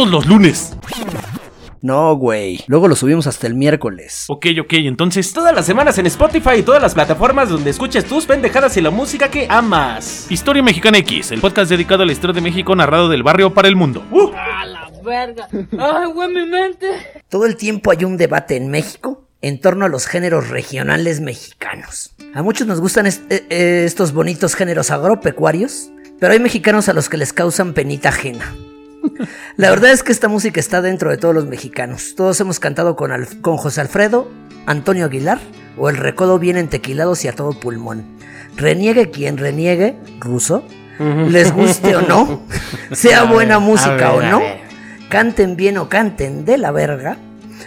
los lunes. No, güey. Luego lo subimos hasta el miércoles. Ok, ok, entonces. Todas las semanas en Spotify y todas las plataformas donde escuches tus pendejadas y la música que amas. Historia Mexicana X, el podcast dedicado a la historia de México narrado del barrio para el mundo. A la verga. Ay, güey, mi mente. Todo el tiempo hay un debate en México en torno a los géneros regionales mexicanos. A muchos nos gustan est- eh, eh, estos bonitos géneros agropecuarios, pero hay mexicanos a los que les causan penita ajena. La verdad es que esta música está dentro de todos los mexicanos. Todos hemos cantado con, Alf- con José Alfredo, Antonio Aguilar o El Recodo bien entequilados y a todo pulmón. Reniegue quien reniegue, ruso, les guste o no, sea buena música o no, canten bien o canten de la verga.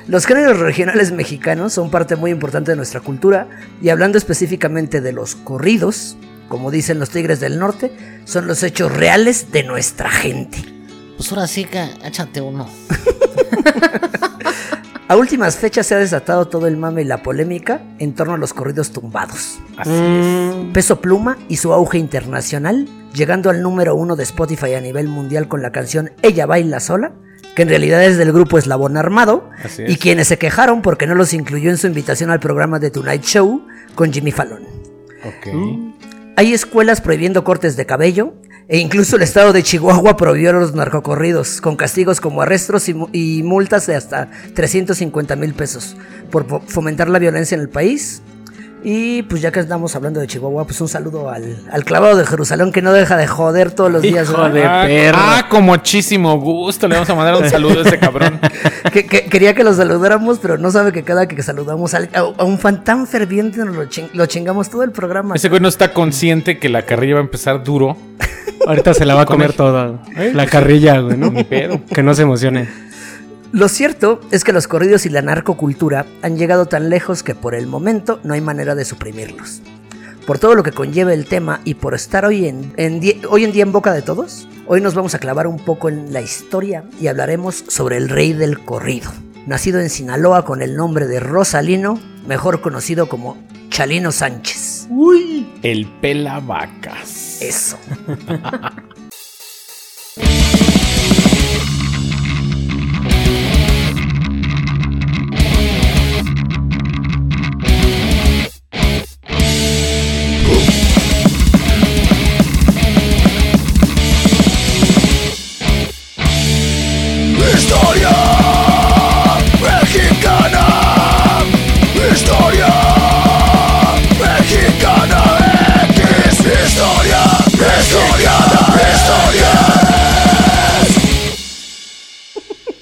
Los géneros regionales mexicanos son parte muy importante de nuestra cultura y hablando específicamente de los corridos, como dicen los Tigres del Norte, son los hechos reales de nuestra gente. Pues ahora sí que échate uno. A últimas fechas se ha desatado todo el mame y la polémica en torno a los corridos tumbados. Peso Pluma y su auge internacional, llegando al número uno de Spotify a nivel mundial con la canción Ella baila sola, que en realidad es del grupo Eslabón Armado, y quienes se quejaron porque no los incluyó en su invitación al programa de Tonight Show con Jimmy Fallon. Uh. Hay escuelas prohibiendo cortes de cabello e incluso el estado de Chihuahua prohibió los narcocorridos con castigos como arrestos y, mu- y multas de hasta 350 mil pesos por fo- fomentar la violencia en el país. Y pues ya que estamos hablando de Chihuahua, pues un saludo al, al clavado de Jerusalén que no deja de joder todos los días. ¿verdad? ah, ah, con muchísimo gusto. Le vamos a mandar un saludo a ese cabrón. Que- que- quería que lo saludáramos, pero no sabe que cada que saludamos al- a, a un fan tan ferviente nos lo, ching- lo chingamos todo el programa. Ese güey no está consciente que la carrilla va a empezar duro. Ahorita se la va a Con comer él. toda. ¿Eh? La carrilla, güey, ¿no? Ni pedo. Que no se emocione. Lo cierto es que los corridos y la narcocultura han llegado tan lejos que por el momento no hay manera de suprimirlos. Por todo lo que conlleva el tema y por estar hoy en, en die- hoy en día en boca de todos, hoy nos vamos a clavar un poco en la historia y hablaremos sobre el rey del corrido. Nacido en Sinaloa con el nombre de Rosalino, mejor conocido como Chalino Sánchez. El pela vacas. Eso.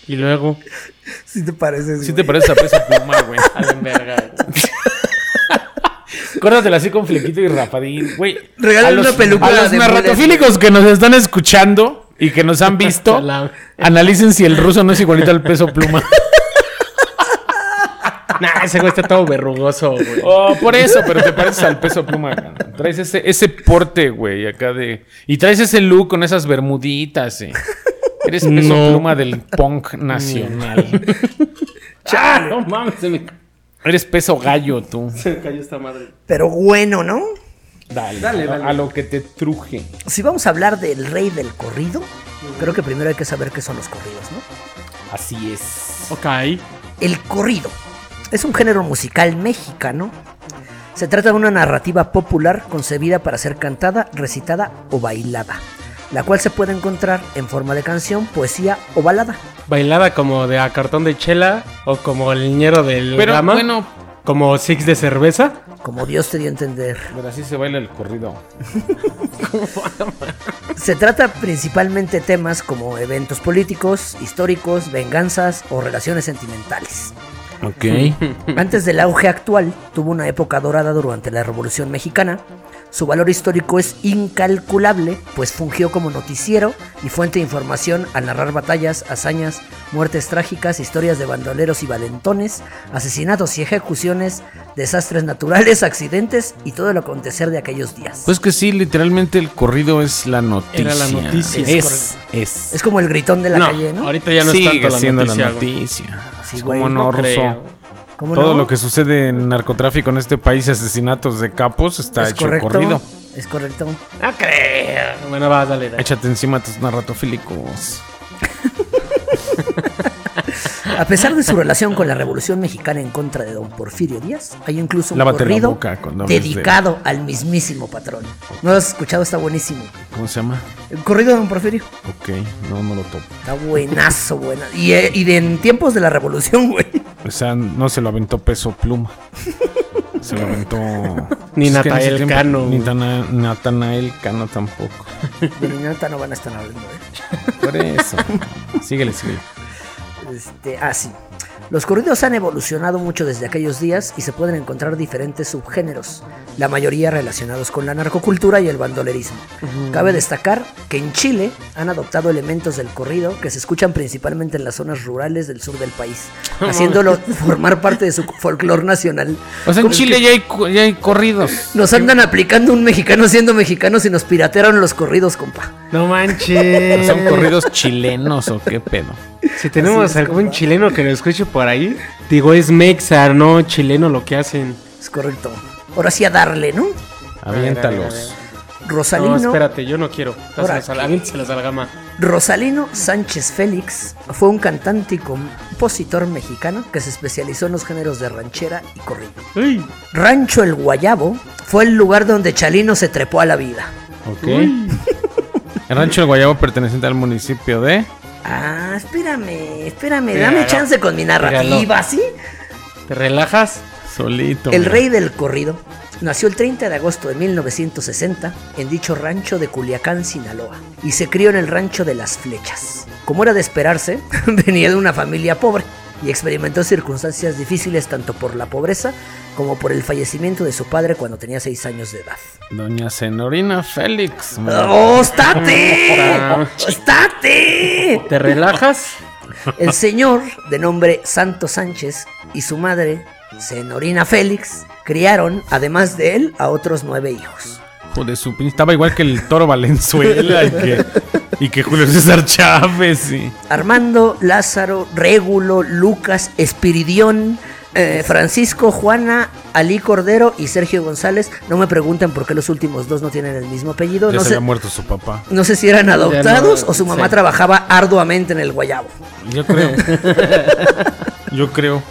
Y luego. Si te pareces. ¿Sí te parece a peso pluma, güey? Córdatela así con flequito y rapadín, güey. Regálale A los- una peluca A los de narratofílicos que nos están escuchando y que nos han visto, Chala. analicen si el ruso no es igualito al peso pluma. Nah, ese güey está todo verrugoso, güey. Oh, por eso, pero te pareces al peso pluma. cabrón. Traes ese, ese porte, güey, acá de. Y traes ese look con esas bermuditas, eh. Eres peso No. pluma del punk nacional. ah, Chale. no mames, se me Eres peso gallo, tú. cayó esta madre. Pero bueno, ¿no? Dale, a, a lo que te truje. Si vamos a hablar del rey del corrido, creo que primero hay que saber qué son los corridos, ¿no? Así es. Ok. El corrido es un género musical mexicano. Se trata de una narrativa popular concebida para ser cantada, recitada o bailada, la cual se puede encontrar en forma de canción, poesía o balada. Bailada como de a cartón de chela o como el ñero del Pero Gama, bueno, Como six de cerveza. Como Dios te dio a entender. pero así se baila el corrido. Se trata principalmente temas como eventos políticos, históricos, venganzas o relaciones sentimentales. Ok. Antes del auge actual, tuvo una época dorada durante la Revolución Mexicana. Su valor histórico es incalculable, pues fungió como noticiero y fuente de información al narrar batallas, hazañas, muertes trágicas, historias de bandoleros y valentones, asesinatos y ejecuciones, desastres naturales, accidentes y todo el acontecer de aquellos días. Pues que sí, literalmente el corrido es la noticia. Era la noticia. Es, es. es como el gritón de la calle, ¿no? ahorita ya no Sigue es tanto la siendo noticia. la güey. noticia. Sí, Es güey, como no, No ruso. creo. ¿Cómo Todo no? lo que sucede en narcotráfico en este país, asesinatos de capos, está es hecho correcto. corrido. Es correcto. No creo. Bueno, va, dale, dale. Échate encima a tus narratofílicos. A pesar de su relación con la Revolución Mexicana en contra de don Porfirio Díaz, hay incluso un Lávate la corrido boca cuando hables de- dedicado al mismísimo patrón. ¿No lo has escuchado? Está buenísimo. ¿Cómo se llama? El corrido de don Porfirio. Ok, no, no lo topo. Está buenazo, buena. Y, eh, y de en tiempos de la Revolución, güey. O sea, no se lo aventó peso pluma. Se lo aventó. Ni Es que en ese Natanael tiempo- Cano, Ni güey. Tana- Natanael Cano tampoco. De mi nota no van a estar hablando ¿eh? de él. Por eso. síguele, síguele. Este, ah, sí. Los corridos han evolucionado mucho desde aquellos días y se pueden encontrar diferentes subgéneros, la mayoría relacionados con la narcocultura y el bandolerismo. Cabe destacar que en Chile han adoptado elementos del corrido que se escuchan principalmente en las zonas rurales del sur del país, haciéndolo formar parte de su folclore nacional. O sea, en ¿Cómo es Chile que ya hay, cu- ya hay corridos. Nos andan aplicando un mexicano siendo mexicanos y nos piratearon los corridos, compa. No manches. Son corridos chilenos o qué pedo. Si tenemos algún chileno que lo escuche por ahí, digo, es mexa, no chileno lo que hacen. Es correcto. Ahora sí a darle, ¿no? Aviéntalos. Rosalino. No, espérate, yo no quiero. Ahora, Dáselos a la- Aviéntaselos a la gama. Rosalino Sánchez Félix fue un cantante y compositor mexicano que se especializó en los géneros de ranchera y corrido. Uy, Rancho El Guayabo fue el lugar donde Chalino se trepó a la vida. Ok. El rancho del Guayabo perteneciente al municipio de. Ah, espérame, espérame, Míralo. dame chance con mi narrativa, Míralo. ¿sí? ¿te relajas? Solito. El mira. rey del corrido nació el 30 de agosto de 1960 en dicho rancho de Culiacán, Sinaloa, y se crió en el rancho de las flechas. Como era de esperarse, venía de una familia pobre y experimentó circunstancias difíciles tanto por la pobreza como por el fallecimiento de su padre cuando tenía 6 años de edad. Doña Senorina Félix. ¡Oh, estate! ¡Estate! ¿Te relajas? El señor, de nombre Santo Sánchez, y su madre, Senorina Félix, criaron, además de él, a otros nueve hijos. Hijo de su pin- Estaba igual que el toro Valenzuela y que, y que Julio César Chávez. y- Armando, Lázaro, Régulo, Lucas, Espiridión, eh, Francisco, Juana, Ali Cordero y Sergio González. No me pregunten por qué los últimos dos no tienen el mismo apellido. Ya No se sé, había muerto su papá. no sé si eran adoptados no, o su mamá sí. trabajaba arduamente en el guayabo. Yo creo. Yo creo.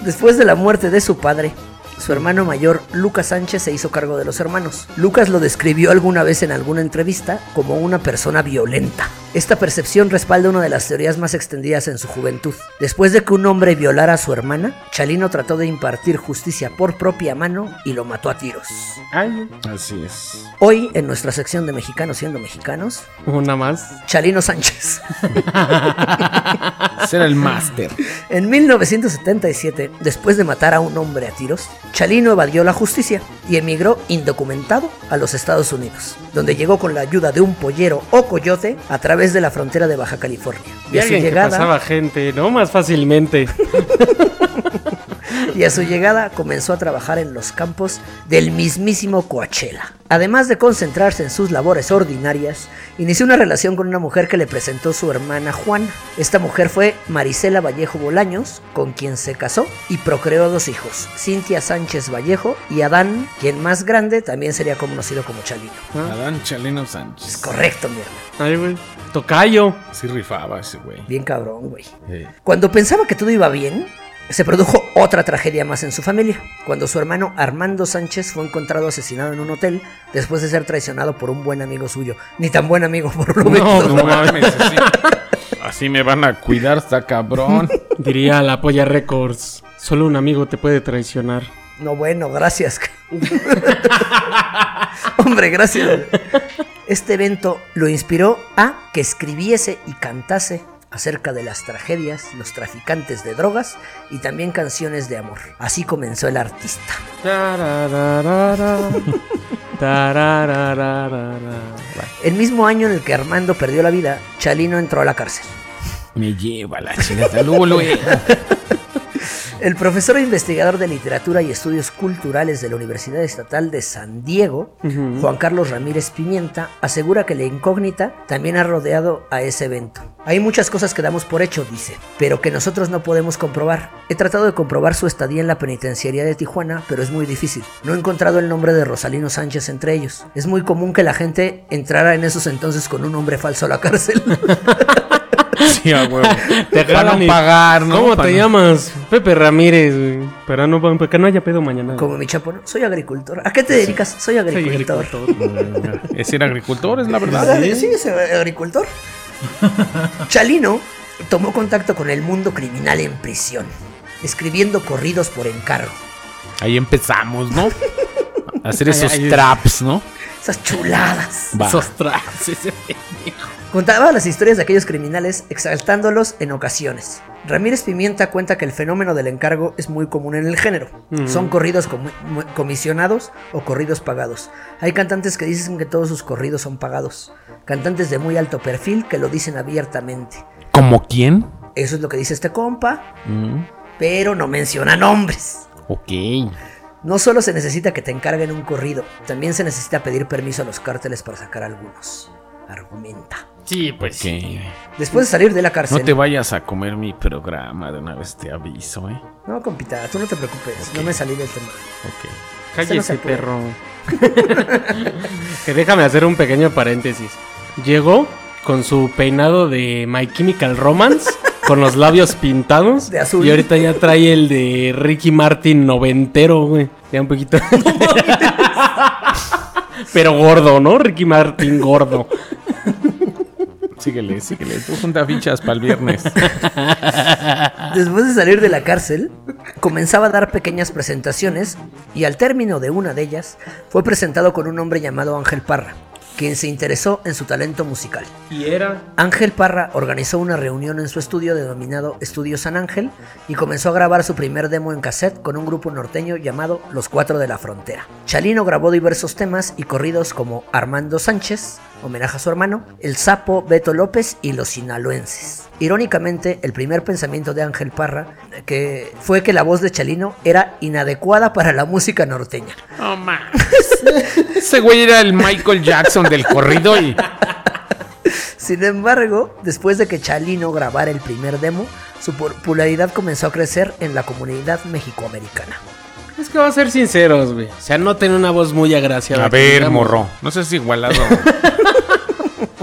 Después de la muerte de su padre, su hermano mayor, Lucas Sánchez, se hizo cargo de los hermanos. Lucas lo describió alguna vez en alguna entrevista como una persona violenta. Esta percepción respalda una de las teorías más extendidas en su juventud. Después de que un hombre violara a su hermana, Chalino trató de impartir justicia por propia mano y lo mató a tiros. Ay, Así es. Hoy, en nuestra sección de Mexicanos siendo mexicanos, una más. Chalino Sánchez. Será el máster. En 1977, después de matar a un hombre a tiros, Chalino evadió la justicia y emigró indocumentado a los Estados Unidos, donde llegó con la ayuda de un pollero o coyote a través de la frontera de Baja California. Y Y a su alguien que llegada, pasaba gente, no más fácilmente. y a su llegada comenzó a trabajar en los campos del mismísimo Coachella. Además de concentrarse en sus labores ordinarias, inició una relación con una mujer que le presentó su hermana Juana. Esta mujer fue Marisela Vallejo Bolaños, con quien se casó y procreó dos hijos, Cintia Sánchez Vallejo y Adán, quien más grande también sería conocido como Chalino. Adán Chalino Sánchez. Correcto, mi hermano. Ay, güey. Tocayo. Sí rifaba ese güey. Bien cabrón, güey. Eh, Cuando pensaba que todo iba bien, Se produjo otra tragedia más en su familia, cuando su hermano Armando Sánchez fue encontrado asesinado en un hotel después de ser traicionado por un buen amigo suyo. Ni tan buen amigo, por lo No, menos. no mames. Así, así me van a cuidar, está cabrón. Diría la polla Records. Solo un amigo te puede traicionar. No, bueno, gracias. Hombre, gracias. Este evento lo inspiró a que escribiese y cantase acerca de las tragedias, los traficantes de drogas y también canciones de amor. Así comenzó el artista. Tarararara. Tarararara. El mismo año en el que Armando perdió la vida, Chalino entró a la cárcel. Me lleva la chingada. Luego, luego. El profesor e investigador de literatura y estudios culturales de la Universidad Estatal de San Diego, Juan Carlos Ramírez Pimienta, asegura que la incógnita también ha rodeado a ese evento. Hay muchas cosas que damos por hecho, dice, pero que nosotros no podemos comprobar. He tratado de comprobar su estadía en la penitenciaría de Tijuana, pero es muy difícil. No he encontrado el nombre de Rosalino Sánchez entre ellos. Es muy común que la gente entrara en esos entonces con un nombre falso a la cárcel. Sí, a huevo. Te Para jalan no y- pagar, ¿no? ¿Cómo Para te no- llamas? Pepe Ramírez, güey. Pero no, para que no haya pedo mañana. Como mi chapo, ¿no? soy agricultor. ¿A qué te dedicas? Soy agricultor. Ah, Es ir agricultor, es la verdad. ¿Verdad? Sí, es agricultor. Chalino tomó contacto con el mundo criminal en prisión, escribiendo corridos por encargo. Ahí empezamos, ¿no? A hacer esos Ay, ay, ay. traps, ¿no? Esas chuladas. Va. Esos tras, ese- Contaba las historias de aquellos criminales exaltándolos en ocasiones. Ramírez Pimienta cuenta que el fenómeno del encargo es muy común en el género. Son corridos comi- mu- comisionados o corridos pagados. Hay cantantes que dicen que todos sus corridos son pagados. Cantantes de muy alto perfil que lo dicen abiertamente. ¿Como quién? Eso es lo que dice este compa, pero no menciona nombres. Ok. No solo se necesita que te encarguen un corrido, también se necesita pedir permiso a los cárteles para sacar algunos. Argumenta. Sí, pues. Ok. Después de salir de la cárcel. No te vayas a comer mi programa de una vez, te aviso, ¿eh? No, compita, tú no te preocupes, no me salí del tema. Ok. Usted no se Cállese, apure. perro. que déjame hacer un pequeño paréntesis. Llegó con su peinado de My Chemical Romance, con los labios pintados. De azul. Y ahorita ya trae el de Ricky Martin noventero, güey. Ya un poquito. Pero gordo, ¿no? Ricky Martin gordo. Síguele, síguele. Tú junta fichas para el viernes. Ah. Después de salir de la cárcel, comenzaba a dar pequeñas presentaciones y al término de una de ellas fue presentado con un hombre llamado Ángel Parra, quien se interesó en su talento musical. Y era. Ángel Parra organizó una reunión en su estudio denominado Estudio San Ángel y comenzó a grabar su primer demo en cassette con un grupo norteño llamado Los Cuatro de la Frontera. Chalino grabó diversos temas y corridos como Armando Sánchez, homenaje a su hermano, El Sapo, Beto López y Los Sinaloenses. Irónicamente, el primer pensamiento de Ángel Parra que fue que la voz de Chalino era inadecuada para la música norteña. No mames. Ese güey era el Michael Jackson del corrido y. Sin embargo, después de que Chalino grabara el primer demo, su popularidad comenzó a crecer en la comunidad mexicoamericana. Es que va a ser sinceros, güey. O sea, no tiene una voz muy agraciada. A ver, digamos. morro. No seas igualado.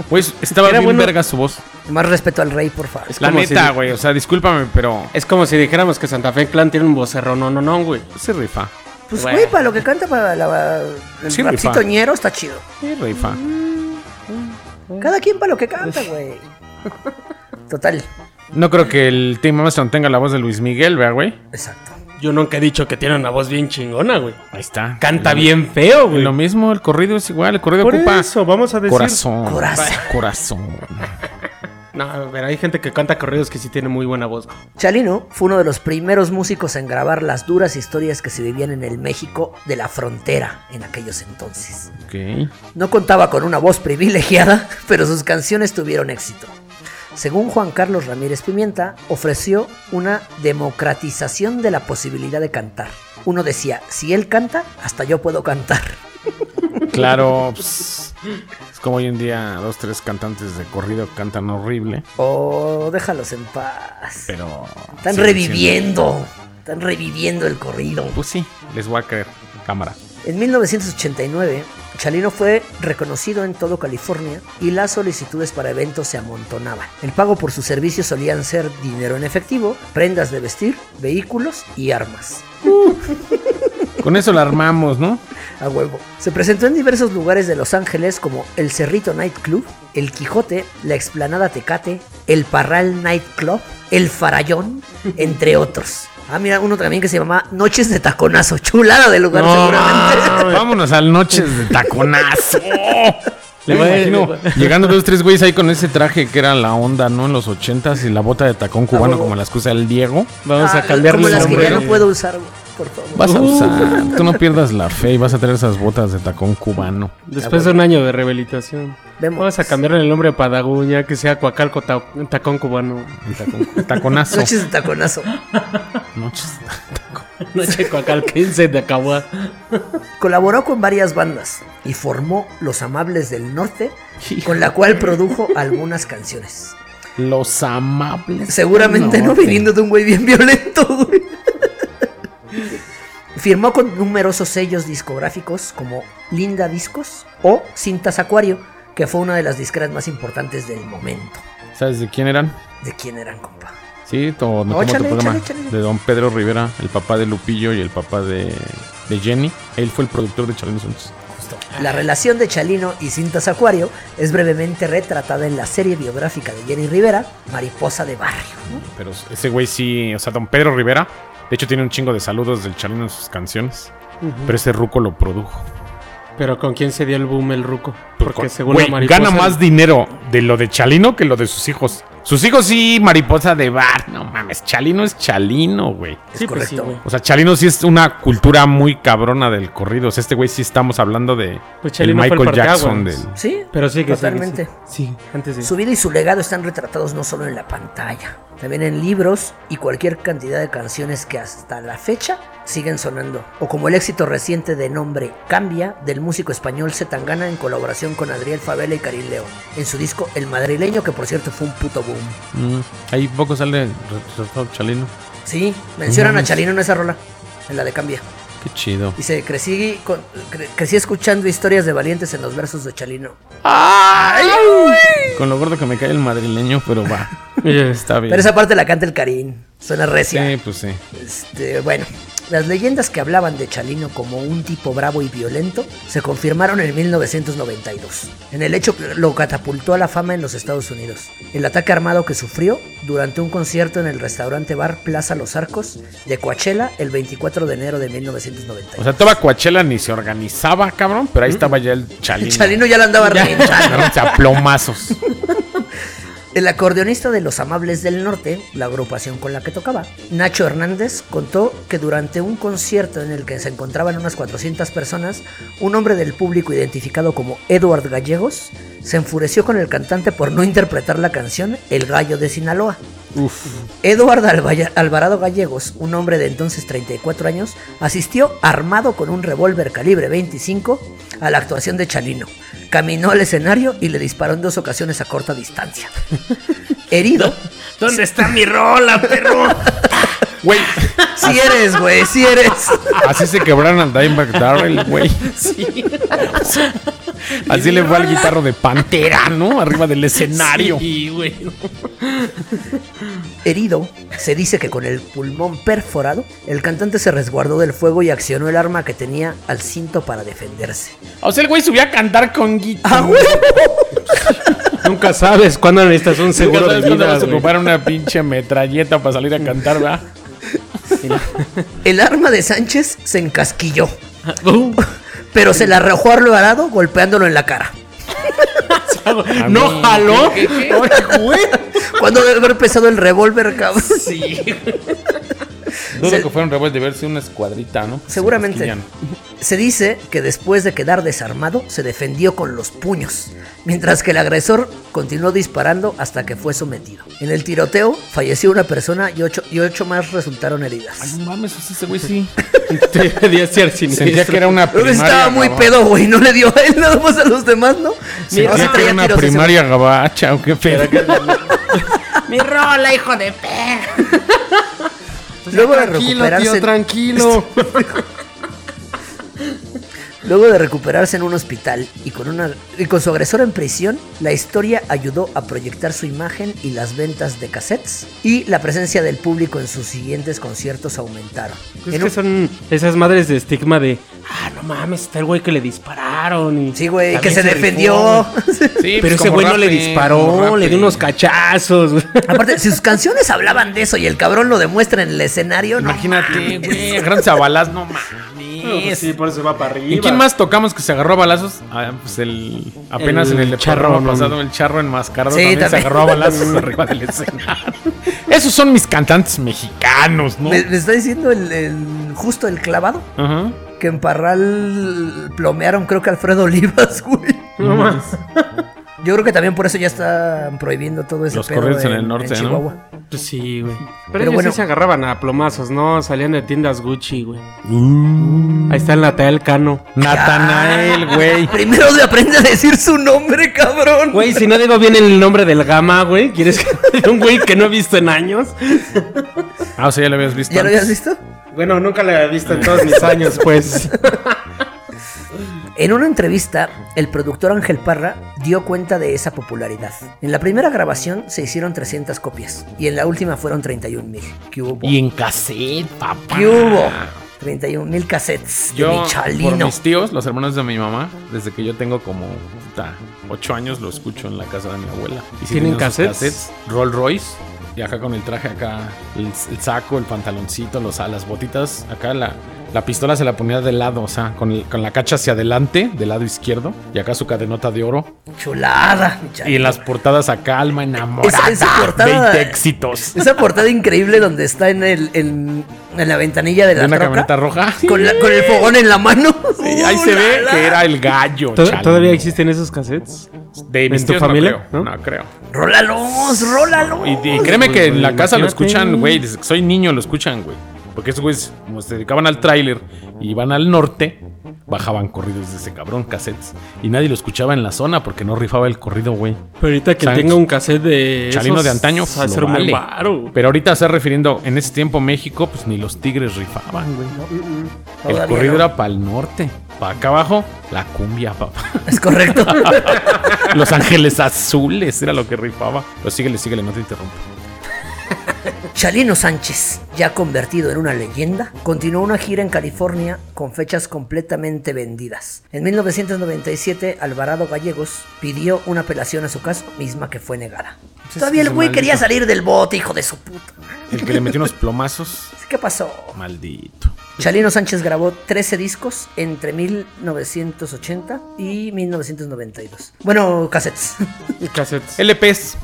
Pues estaba Era bien bueno. verga su voz. Más respeto al rey, por favor. Es La como neta, si- güey. O sea, discúlpame, pero. Es como si dijéramos que Santa Fe Clan tiene un vocerrón, no, no, no, güey. Se rifa. Pues Bueno. güey, para lo que canta para la, el Sí, rapcito rifa. ñero está chido. Se rifa. Cada quien para lo que canta, güey. Total. No creo que el Tim Armstrong tenga la voz de Luis Miguel, vea, güey. Exacto. Yo nunca he dicho que tiene una voz bien chingona, güey. Ahí está. Canta Lo- bien feo, güey. Lo mismo, el corrido es igual. El corrido Por ocupa eso, vamos a decir. corazón. Corazón. Corazón. No, pero hay gente que canta corridos que sí tiene muy buena voz. güey. Chalino fue uno de los primeros músicos en grabar las duras historias que se vivían en el México de la frontera en aquellos entonces. Ok. No contaba con una voz privilegiada, pero sus canciones tuvieron éxito. Según Juan Carlos Ramírez Pimienta, ofreció una democratización de la posibilidad de cantar. Uno decía, si él canta, hasta yo puedo cantar. Claro, pues, es como hoy en día dos, tres cantantes de corrido cantan horrible, Oh, déjalos en paz. pero... Están siguen reviviendo. Están reviviendo el corrido. siendo- Pues sí, les voy a creer, cámara. En 1989, Chalino fue reconocido en todo California y las solicitudes para eventos se amontonaban. El pago por sus servicios solían ser dinero en efectivo, prendas de vestir, vehículos y armas. Con eso la armamos, ¿no? A huevo. Se presentó en diversos lugares de Los Ángeles como el Cerrito Nightclub, el Quijote, la Explanada Tecate, el Parral Nightclub, el Farallón, entre otros. Ah, mira, uno también que se llamaba Noches de Taconazo. Chulada de lugar, No, seguramente. mames, vámonos al noches de taconazo. Le Me voy a- imagino le voy llegando dos, tres güeyes ahí con ese traje que era la onda, ¿no? En los ochentas y la bota de tacón cubano como las que usa el Diego. Vamos Ah, a cambiarle como el las que nombre. ya no puedo usar, güey, por favor. Vas a usar, tú no pierdas la fe y vas a tener esas botas de tacón cubano. Después de un año de rehabilitación. Vemos. Vamos a cambiarle el nombre a Padagún, ya que sea Coacalco Ta- Tacón Cubano. El tacón- el taconazo. Noches de Taconazo. Noches de Noche Coacalquense de Acabua. Colaboró con varias bandas y formó Los Amables del Norte, con la cual produjo algunas canciones. Los amables. Seguramente no, Norte. viniendo de un güey bien violento, güey. Firmó con numerosos sellos discográficos como Linda Discos o Cintas Acuario, que fue una de las disqueras más importantes del momento. ¿Sabes de quién eran? ¿De quién eran, compa? Sí, to- me No, como tu échale, programa. échale, échale. De don Pedro Rivera, el papá de Lupillo y el papá de, de Jenny. Él fue el productor de Charlie Santos. Justo. La relación de Chalino y Cintas Acuario es brevemente retratada en la serie biográfica de Jenny Rivera, Mariposa de Barrio. ¿no? Pero ese güey sí, o sea, don Pedro Rivera. De hecho, tiene un chingo de saludos del Chalino en sus canciones. Pero ese ruco lo produjo. Pero ¿con quién se dio el boom el ruco? Pues, Porque con- según güey, la mariposa... gana más dinero de lo de Chalino que lo de sus hijos. Sus hijos sí, mariposa de bar. No mames, Chalino es Chalino, güey. Es Sí, pues sí, correcto. güey. O sea, Chalino sí es una cultura muy cabrona del corrido. O sea, este güey sí estamos hablando de Pues el Chalino fue el Michael parteaguas. Jackson. Del... sí, Pero sí que Totalmente. Sí, antes de... Su vida y su legado están retratados no solo en la pantalla, también en libros y cualquier cantidad de canciones que hasta la fecha siguen sonando. O como el éxito reciente de nombre Cambia del músico español Zetangana en colaboración con Adriel Favela y Karim León en su disco El Madrileño, que por cierto fue un puto boom. Mm, ahí poco sale retratado Chalino. Sí, mencionan a Chalino en esa rola, en la de Cambia. Qué chido. Dice, crecí, con- cre- crecí escuchando historias de valientes en los versos de Chalino. Con lo gordo que me cae el madrileño, pero va. Está bien. Pero esa parte la canta el Karim, suena recia. Sí, pues sí. Este, bueno, las leyendas que hablaban de Chalino como un tipo bravo y violento se confirmaron en 1992, en el hecho que lo catapultó a la fama en los Estados Unidos. El ataque armado que sufrió durante un concierto en el restaurante bar Plaza Los Arcos de Coachella el 24 de enero de 1992. O sea, toda Coachella ni se organizaba, cabrón, pero ahí estaba ya el Chalino. Chalino ya la andaba reventando. Agarrándose a plomazos. El acordeonista de Los Amables del Norte, la agrupación con la que tocaba, Nacho Hernández, contó que durante un concierto en el que se encontraban unas 400 personas, un hombre del público identificado como Edward Gallegos se enfureció con el cantante por no interpretar la canción El Gallo de Sinaloa. Edward Alvaya- Alvarado Gallegos, un hombre de entonces 34 años, asistió armado con un revólver calibre 25 a la actuación de Chalino. Caminó al escenario y le disparó en dos ocasiones a corta distancia. Herido. ¿Dónde está mi rola, perro? Güey, Si eres, güey, si eres. así se quebraron al Dimebag Darrell, güey. Así le fue al guitarro de Pantera, ¿no? Arriba del escenario. Sí, güey. Herido, se dice que con el pulmón perforado, el cantante se resguardó del fuego y accionó el arma que tenía al cinto para defenderse. Ah, O sea, el güey subió a cantar con guitarra. Nunca sabes cuándo necesitas un Seguro seguro de vida, vas a güey. ocupar una pinche metralleta para salir a cantar, ¿verdad? El arma de Sánchez se encasquilló, Uh, pero se la arrojó a Alvarado golpeándolo en la cara. ¡No jaló! Cuando debe haber pesado el revólver, cabrón. Dudo Se- que fueron rebeldes de verse una escuadrita, ¿no? Seguramente. Se cosquillan. Se dice que después de quedar desarmado, se defendió con los puños, mientras que el agresor continuó disparando hasta que fue sometido. En el tiroteo falleció una persona y ocho, y ocho más resultaron Ay, heridas. no mames, o sea, ese güey sí. Te pedí a ser siniestro. Sentía que era una Creo que primaria. estaba muy gabacha. pedo, güey, no le dio a él nada más a los demás, ¿no? Mira, sí Sentía que traía era una tiros ese primaria gabacha, o qué pedo. Mi rola, hijo de perro. güey. Luego de Tranquilo, tío, recuperarse, tranquilo. Luego de recuperarse en un hospital y con, una, y con su agresor en prisión, la historia ayudó a proyectar su imagen y las ventas de cassettes y la presencia del público en sus siguientes conciertos aumentaron. Pues Es En que un- son esas madres de estigma de, ah, no mames, está el güey que le dispararon. Y Sí, güey, que también se, rifó, defendió. güey". Sí, Pero pues, ese como güey no le Rappi, como disparó, Rappi. le dio unos cachazos. Aparte, si sus canciones hablaban de eso y el cabrón lo demuestra en el escenario, no Imagínate, mames. güey, agárrense a balazos, no pues pues mames. Sí, por eso va para arriba. ¿Y quién más tocamos que se agarró a balazos? Ah, pues el. Apenas El en el charro, charro ¿no? pasado, el charro enmascarado Sí, también, se también. agarró a balazos arriba del escenario. Esos son mis cantantes mexicanos, ¿no? ¿Me, me está diciendo el, el- justo el clavado? Ajá. Que en Parral plomearon, creo que Alfredo Olivas, güey. No más. Yo creo que también por eso ya están prohibiendo todo ese Los pedo corridos en el norte, ¿no? Chihuahua. Pues sí, güey. Pero, Pero ellos bueno. sí se agarraban a plomazos, ¿no? Salían de tiendas Gucci, güey. Ahí está el Natal Cano. Natanael, güey. Primero se aprende a decir su nombre, cabrón. Güey, si no digo bien el nombre del gama, güey, ¿quieres que de un güey que no he visto en años? Ah, o sea, ya lo habías visto. ¿Ya lo antes. habías visto? Bueno, nunca la he visto en todos mis años, pues. En una entrevista, el productor Ángel Parra dio cuenta de esa popularidad. En la primera grabación se hicieron 300 copias y en la última fueron 31 mil. ¿Qué hubo? Y en cassette, papá. ¿Qué hubo? 31 mil cassettes de Yo, mi por chalino. mis tíos, los hermanos de mi mamá, desde que yo tengo como puta, ocho años, lo escucho en la casa de mi abuela. Y sí ¿Tienen tenían sus cassettes? Rolls Royce. Y acá con el traje acá, el, el saco, el pantaloncito, los, las botitas. Acá la, la pistola se la ponía de lado, o sea, con, el- con la cacha hacia adelante, del lado izquierdo. Y acá su cadenota de oro. Chulada, mi chalino. Y en las portadas acá, alma enamorada. Esa- esa portada- 20 éxitos. Esa portada increíble donde está en, el, en, en la ventanilla de la De una troca, camioneta roja. Con, la- con el fogón en la mano. Y ahí se ve ¡Ulala! que era el gallo. ¿Tod- chale. ¿Todavía existen esos cassettes? De mis en tu tíos no familia, creo, no? no creo. ¡Rólalos! ¡Rólalos! Y, y créeme que en la casa lo Imagínate. escuchan, güey. Desde que soy niño lo escuchan, güey. Porque esos güeyes, como se dedicaban al tráiler y iban al norte, bajaban corridos de ese cabrón, cassettes. Y nadie lo escuchaba en la zona porque no rifaba el corrido, güey. Pero ahorita que Chan- tenga un cassette de. Chalino esos, de antaño, va a lo ser muy vale. varo. Pero ahorita se está refiriendo, en ese tiempo México, pues ni los tigres rifaban, güey. Todavía el corrido no. era para el norte. Para acá abajo, la cumbia, papá. Es correcto. Los ángeles azules era lo que rifaba. Pero síguele, síguele, no te interrumpo. Chalino Sánchez, ya convertido en una leyenda, continuó una gira en California con fechas completamente vendidas. En 1997, Alvarado Gallegos pidió una apelación a su caso, misma que fue negada. Todavía el güey quería salir del bote, hijo de su puta. El que le metió unos plomazos, ¿Qué pasó? maldito. Chalino Sánchez grabó 13 discos entre 1980 y 1992. Bueno, cassettes. Cassettes. LPs.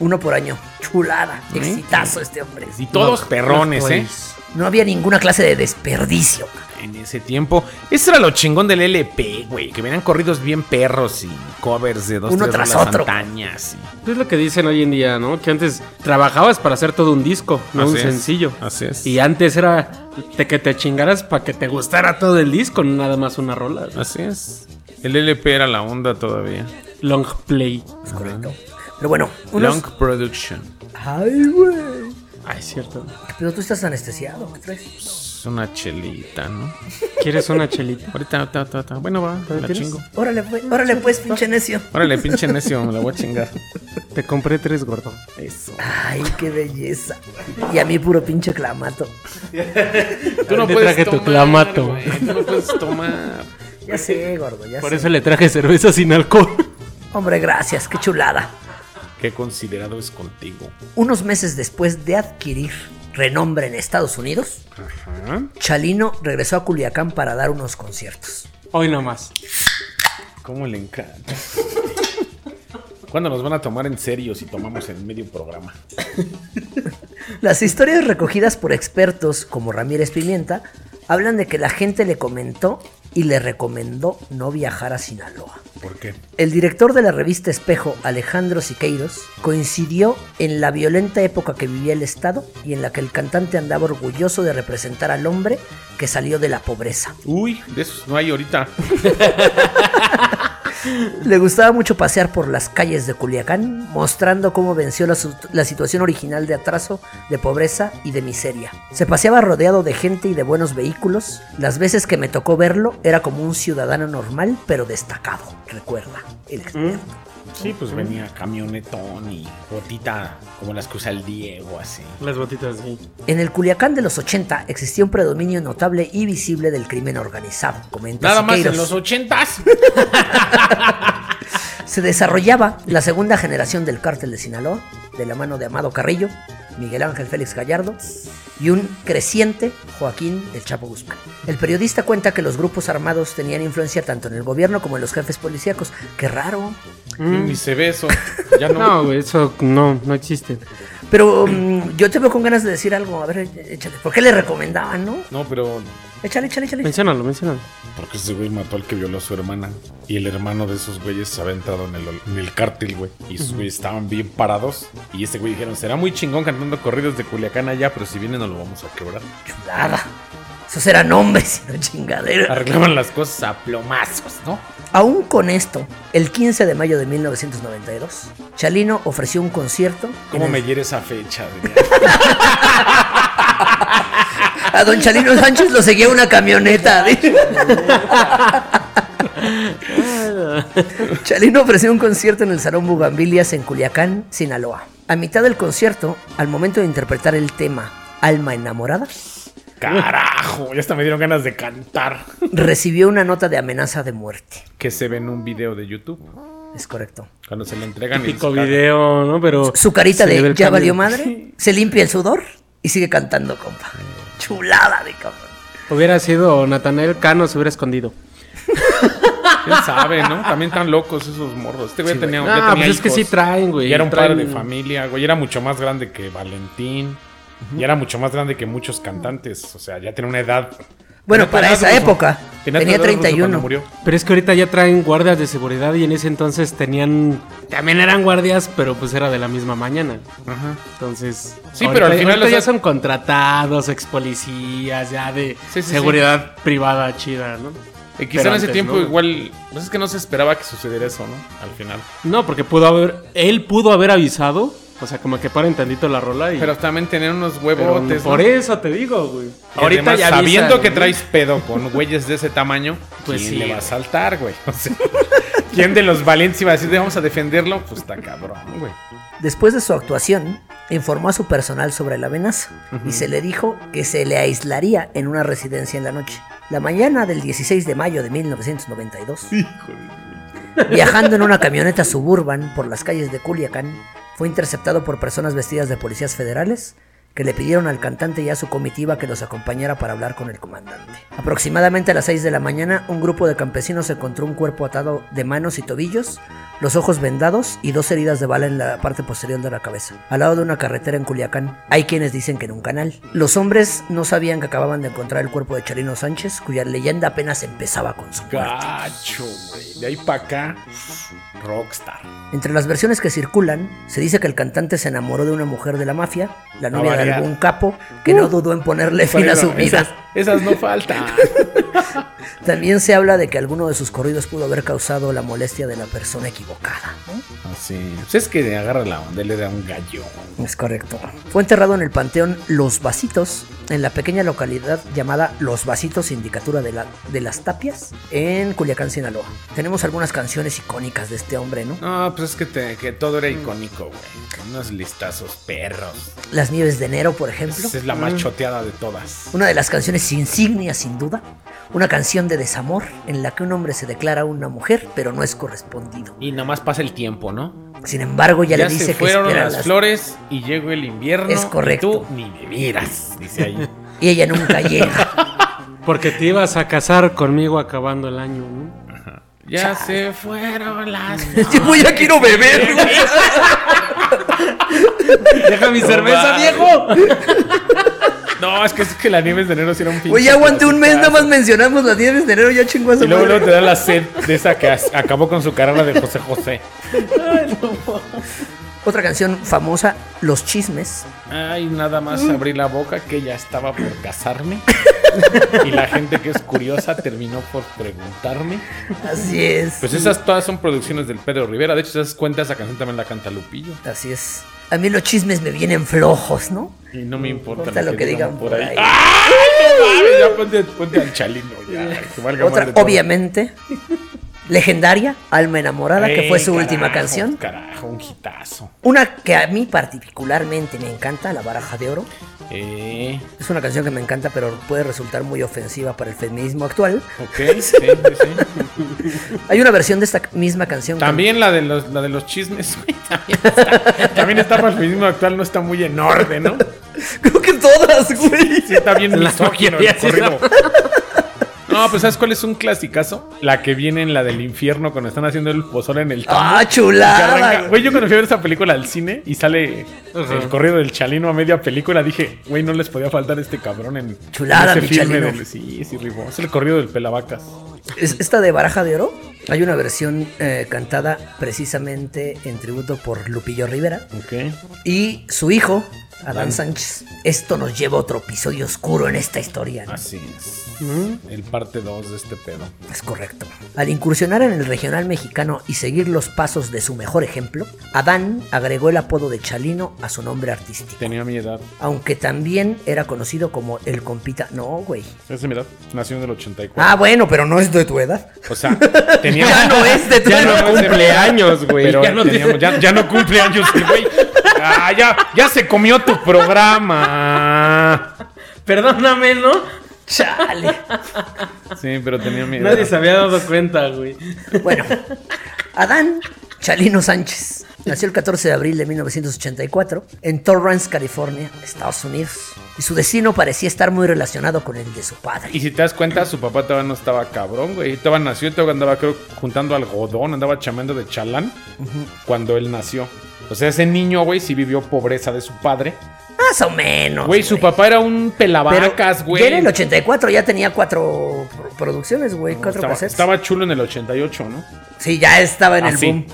Uno por año. Chulada. Exitazo este hombre. Y todos perrones, ¿eh? No había ninguna clase de desperdicio. En ese tiempo. Ese era lo chingón del LP, güey. Que venían corridos bien perros y covers de dos Uno tres tras rolas otro. antañas y- Es lo que dicen hoy en día, ¿no? Que antes trabajabas para hacer todo un disco, no Así un es, sencillo. así es. Y antes era de que te chingaras para que te gustara todo el disco, no nada más una rola. Así es. El LP era la onda todavía. Long play. Es correcto. Pero bueno, unos... Long Production. Ay, güey. Ay, cierto. Pero tú estás anestesiado, ¿qué traes? Es una chelita, ¿no? ¿Quieres una chelita? Ahorita, ahorita, ahorita, ahorita. Bueno, va, la tienes? chingo. Órale, pues, órale, pues pinche necio. Órale, pinche necio, me la voy a chingar. Te compré tres, gordo. Ay, qué belleza. Y a mí puro pinche clamato. Tú no Te puedes traje tu tomar, clamato. güey, Tú no puedes tomar. Ya sé, gordo, ya Por sé. eso le traje cerveza sin alcohol. Hombre, gracias, qué chulada. Qué considerado es contigo. Unos meses después de adquirir renombre en Estados Unidos, Chalino regresó a Culiacán para dar unos conciertos. Hoy nomás. ¿Cómo le encanta? ¿Cuándo nos van a tomar en serio si tomamos en medio programa? Las historias recogidas por expertos como Ramírez Pimienta hablan de que la gente le comentó y le recomendó no viajar a Sinaloa. ¿Por qué? El director de la revista Espejo, Alejandro Siqueiros, coincidió en la violenta época que vivía el Estado y en la que el cantante andaba orgulloso de representar al hombre que salió de la pobreza. Uy, de esos no hay ahorita. Le gustaba mucho pasear por las calles de Culiacán, mostrando cómo venció la, su- la situación original de atraso, de pobreza y de miseria. Se paseaba rodeado de gente y de buenos vehículos. Las veces que me tocó verlo, era como un ciudadano normal, pero destacado, recuerda el experto. Sí, pues venía camionetón y botita como las que usa el Diego, así. Las botitas, sí. En el Culiacán de los 80 existía un predominio notable y visible del crimen organizado, comenta Nada más en Siqueiros. los ochentas. Se desarrollaba la segunda generación del cártel de Sinaloa, de la mano de Amado Carrillo, Miguel Ángel Félix Gallardo y un creciente Joaquín del Chapo Guzmán. El periodista cuenta que los grupos armados tenían influencia tanto en el gobierno como en los jefes policíacos. ¡Qué raro! Ni se ve eso. Ya no. Ah, No, güey, eso no, no existe. Pero mm, yo te veo con ganas de decir algo. A ver, échale. ¿Por qué le recomendaban, no? No, pero. Échale, échale, échale. Menciónalo, menciónalo. Porque ese güey mató al que violó a su hermana. Y el hermano de esos güeyes se había entrado en el, en el cártel, güey. Y esos güeyes estaban bien parados. Y ese güey dijeron: Será muy chingón cantando corridos de Culiacán allá, pero si viene no lo vamos a quebrar. Chulada. Esos eran hombres, no chingadera. Arreglaban las cosas a plomazos, ¿no? Aún con esto, el 15 de mayo de 1992, Chalino ofreció un concierto. ¿Cómo en me el- hiere esa fecha, güey? A don Chalino Sánchez lo seguía una camioneta. dice. Chalino ofreció un concierto en el Salón Bugambilias en Culiacán, Sinaloa. A mitad del concierto, al momento de interpretar el tema Alma Enamorada, Carajo, ya hasta me dieron ganas de cantar. recibió una nota de amenaza de muerte. Que se ve en un video de YouTube. Es correcto. Cuando se le entregan y Típico les cagan. video, ¿no? Pero. Su carita se le ve de el ya cambio". valió madre, se limpia el sudor y sigue cantando, compa. Chulada de cabrón. Hubiera sido Natanael Cano, se hubiera escondido. ¿Quién sabe, no? También tan locos esos morros. Este güey Sí, tenía, güey. ya Ah, tenía pues es que hijos. sí traen, güey, Y era un traen- padre de familia, güey. Era mucho más grande que Valentín. Y era mucho más grande que muchos cantantes. O sea, ya tenía una edad. Bueno, Tenía para tu esa edad, Ruso. época. Tenía tu Tenía edad, Ruso, cuando 31. murió. Pero es que ahorita ya traen guardias de seguridad y en ese entonces tenían. También eran guardias, pero pues era de la misma mañana. Ajá. Entonces. Sí, pero al final ahorita los ya has- son contratados, ex policías, ya de Sí, sí, sí. seguridad privada chida, ¿no? Y quizá Pero en ese antes tiempo no. igual... Pues es que no se esperaba que sucediera eso, ¿no? Al final. No, porque pudo haber. Él pudo haber avisado. O sea, como que paren tantito la rola y. Pero también tenían unos pero huevotes, ¿no? por eso te digo, güey. Y además, sabiendo avisan, que ¿no? traes pedo con güeyes de ese tamaño, Pues ¿quién sí, le va a güey. saltar, güey? O sea, ¿Quién de los valientes iba a decir, vamos a defenderlo? Pues está cabrón, güey. Después de su actuación, informó a su personal sobre la amenaza y se le dijo que se le aislaría en una residencia en la noche. La mañana del 16 de mayo de 1992, viajando en una camioneta suburban por las calles de Culiacán, fue interceptado por personas vestidas de policías federales que le pidieron al cantante y a su comitiva que los acompañara para hablar con el comandante. Aproximadamente a las 6 de la mañana, un grupo de campesinos encontró un cuerpo atado de manos y tobillos, los ojos vendados y dos heridas de bala en la parte posterior de la cabeza, al lado de una carretera en Culiacán. Hay quienes dicen que en un canal. Los hombres no sabían que acababan de encontrar el cuerpo de Chalino Sánchez, cuya leyenda apenas empezaba con su muerte. Gacho, Ah, güey. De ahí para acá, rockstar. Entre las versiones que circulan, se dice que el cantante se enamoró de una mujer de la mafia, la No novia de variar. algún capo, que no dudó en ponerle fin Pero a su esas, vida. esas no faltan. También se habla de que alguno de sus corridos pudo haber causado la molestia de la persona equivocada. Así. Pues es que le agarra la onda, le da un gallo. Es correcto. Fue enterrado en el panteón Los Vasitos, en la pequeña localidad llamada Los Vasitos, sindicatura de, la- de las Tapias, en Culiacán, Sinaloa. Tenemos algunas canciones icónicas de este hombre, ¿no? No, pues es que, te- que todo era icónico, güey. Con Unos listazos perros. Las Nieves de Enero, por ejemplo. Esa es la más choteada de todas. Una de las canciones insignias, sin duda. Una canción de desamor en la que un hombre se declara a una mujer, pero no es correspondido. Y nomás pasa el tiempo, ¿no? Sin embargo, ya, Ya, le dice se que fueron espera las, las- flores y llegó el invierno. Es correcto. Y tú ni me miras, dice ahí. y ella nunca llega. Porque te ibas a casar conmigo acabando el año, ¿no? ya se fueron las Yo voy a quiero beber. ¡Deja mi cerveza, viejo! No, es que es que la nieve de enero sí era un pinche. Oye, ya aguanté un mes, clasicazo. nada más mencionamos las 10 de enero, ya chingó a su Y luego, madre. luego te da la sed de esa que as- acabó con su carrera de José José. Otra canción famosa, Los Chismes. Ay, nada más abrí la boca que ya estaba por casarme. y la gente que es curiosa terminó por preguntarme. Así es. Pues esas todas son producciones del Pedro Rivera. De hecho, si te das cuenta, esa canción también la canta Lupillo. Así es. A mí los chismes me vienen flojos, ¿no? Y no me importa Importa lo que digan por ahí. Ay, ya ponte, ponte al chalino, ya. que valga Otra, madre todo. obviamente, legendaria, Alma Enamorada, que fue Ey, su última carajo, canción. Carajo, un hitazo. Una que a mí particularmente me encanta, La Baraja de Oro. Eh, Es una canción que me encanta, pero puede resultar muy ofensiva para el feminismo actual. ok, sí, sí, sí. Hay una versión de esta misma canción. que- También la de los, la de los chismes, güey, También está, también está para el feminismo actual, no está muy en orden, ¿no? Creo que todas, güey. Sí, está bien misógino mayoría el sí está- corrido. No, pues ¿sabes cuál es un clasicazo? La que viene en la del infierno cuando están haciendo el pozole en el tambo. Ah, Que arranca- chulada. güey. Güey, yo cuando fui a ver esa película al cine y sale el corrido del Chalino a media película, dije, güey, no les podía faltar este cabrón en, Chulada, en mi ese filme. Chalino. del- sí, sí, rifó. Es el corrido del Pelavacas. Es- Esta de Baraja de Oro. Hay una versión eh, cantada precisamente en tributo por Lupillo Rivera Ok. y su hijo, Adán Sánchez. Esto nos lleva a otro episodio oscuro en esta historia. ¿no? Así es. El parte 2 de este pedo. Es correcto. Al incursionar en el regional mexicano y seguir los pasos de su mejor ejemplo, Adán agregó el apodo de Chalino a su nombre artístico. Tenía mi edad. Aunque también era conocido como el compita. No, güey. Esa es mi edad. Nació en el 84. Ah, bueno, pero no es de tu edad. O sea, tenía. Ya no es de tu Ya edad. no cumple años, güey. Pero Ya no teníamos- ya, ya no cumple años, el güey. Ah, ya, ya se comió tu programa. Perdóname, ¿no? Chale. Sí, pero tenía mi edad. Nadie se había dado cuenta, güey. Bueno, Adán Chalino Sánchez nació el 14 de abril de 1984 en Torrance, California, Estados Unidos. Y su destino parecía estar muy relacionado con el de su Y padre. si te das cuenta, su papá todavía no estaba cabrón, güey. Todavía nació, todavía andaba, creo, juntando algodón, andaba chamando de chalán cuando él nació. O sea, ese niño, güey, sí vivió pobreza de su padre. Más o menos. Güey, su papá era un pelavacas, güey. Ya en el 84 ya tenía cuatro pro- producciones, güey, cuatro estaba, cassettes. estaba Ah, chulo en el 88, ¿no? Sí, ya estaba en el Así. boom.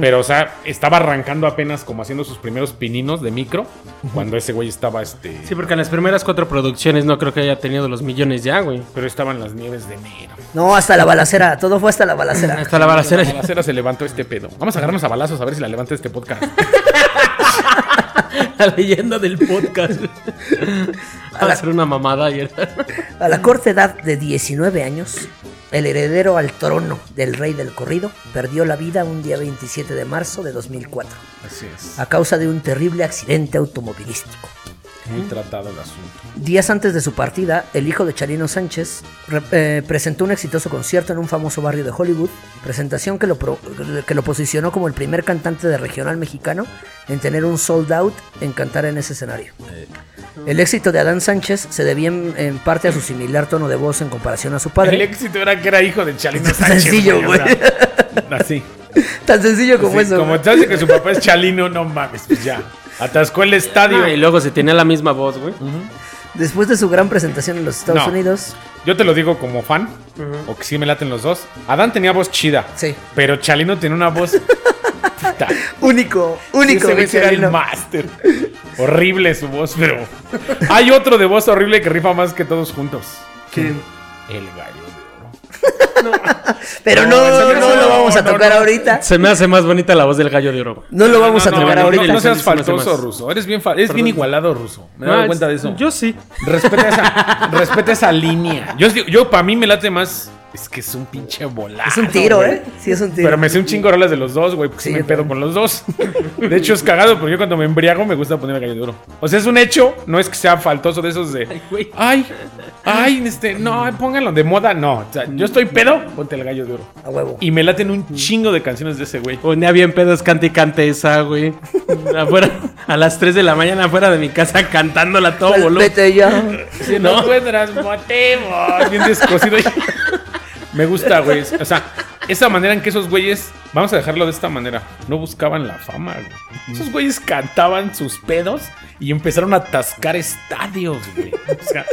Pero, o sea, estaba arrancando apenas como haciendo sus primeros pininos de micro cuando ese güey estaba, este... Sí, porque en las primeras cuatro producciones no creo que haya tenido los millones ya, güey. Pero estaban las nieves de enero. No, hasta la balacera, todo fue hasta la balacera. Hasta la A la balacera. balacera se levantó este pedo. Vamos a agarrarnos a balazos a ver si la levanta este podcast. La leyenda del podcast. Va a ser una mamada ayer. A la corta edad de 19 años, el heredero al trono del rey del corrido perdió la vida un día 27 de marzo de 2004 Así es. a causa de un terrible accidente automovilístico. Muy tratado el asunto. Días antes de su partida, el hijo de Chalino Sánchez re- eh, presentó un exitoso concierto en un famoso barrio de Hollywood, presentación que lo, pro- que lo posicionó como el primer cantante de regional mexicano en tener un sold out en cantar en ese escenario. El éxito de Adán Sánchez se debía en, en parte a su similar tono de voz en comparación a su El padre. éxito era que era hijo de Chalino Está Sánchez. sencillo, o güey. sea, Así. Tan sencillo como Como, eso. como güey. te hace que su papá es Chalino, no mames, pues ya. Atascó el estadio. Ah, Y luego se tenía la misma voz, güey. Después de su gran presentación en los Estados No. Unidos, Yo te lo digo como fan, o que sí me laten los dos. Adán tenía voz chida. Sí. Pero Chalino tenía una voz. Puta. único, único. Ese güey güey, era el Chalino. máster. Horrible su voz, pero. Hay otro de voz horrible que rifa más que todos juntos. ¿Quién? El gallo de oro. Pero no, No, no, ese no, lo vamos a no, tocar no. ahorita. Se me hace más bonita la voz del gallo de oro. No lo vamos a No, tocar no, ahorita. no, no seas Sí, sí, sí, sí, faltoso, más. ruso. Eres bien, fa- eres bien igualado, ruso. Me he No, dado cuenta de eso. Ah, Yo sí. Respeta esa, respeta esa línea. Yo, os digo- yo para mí me late más. Es que es un pinche volado. Es un tiro, güey. ¿eh? Sí, es un Este, tiro. Pero me sé un chingo de rolas de los dos, güey, porque Sí, sí, me yo pedo también. con los dos. De hecho, es cagado, porque yo cuando me embriago me gusta poner el gallo de oro. O sea, es un hecho, no es que sea faltoso de esos de. güey. Ay, ay, este, no, pónganlo de moda, no. O sea, yo estoy pedo, ponte el gallo de oro. A huevo. Y me laten un chingo de canciones de ese güey. Un día bien pedos cante y cante esa, güey. Afuera, a las 3 de la mañana afuera de mi casa cantándola a todo Vete volumen. ya. Si no encuentras motivos. Bien descosido. Me gusta, güey. O sea, esa manera en que esos güeyes, vamos a dejarlo de esta manera, no buscaban la fama, güey. Esos güeyes cantaban sus pedos y empezaron a atascar estadios, güey. O sea,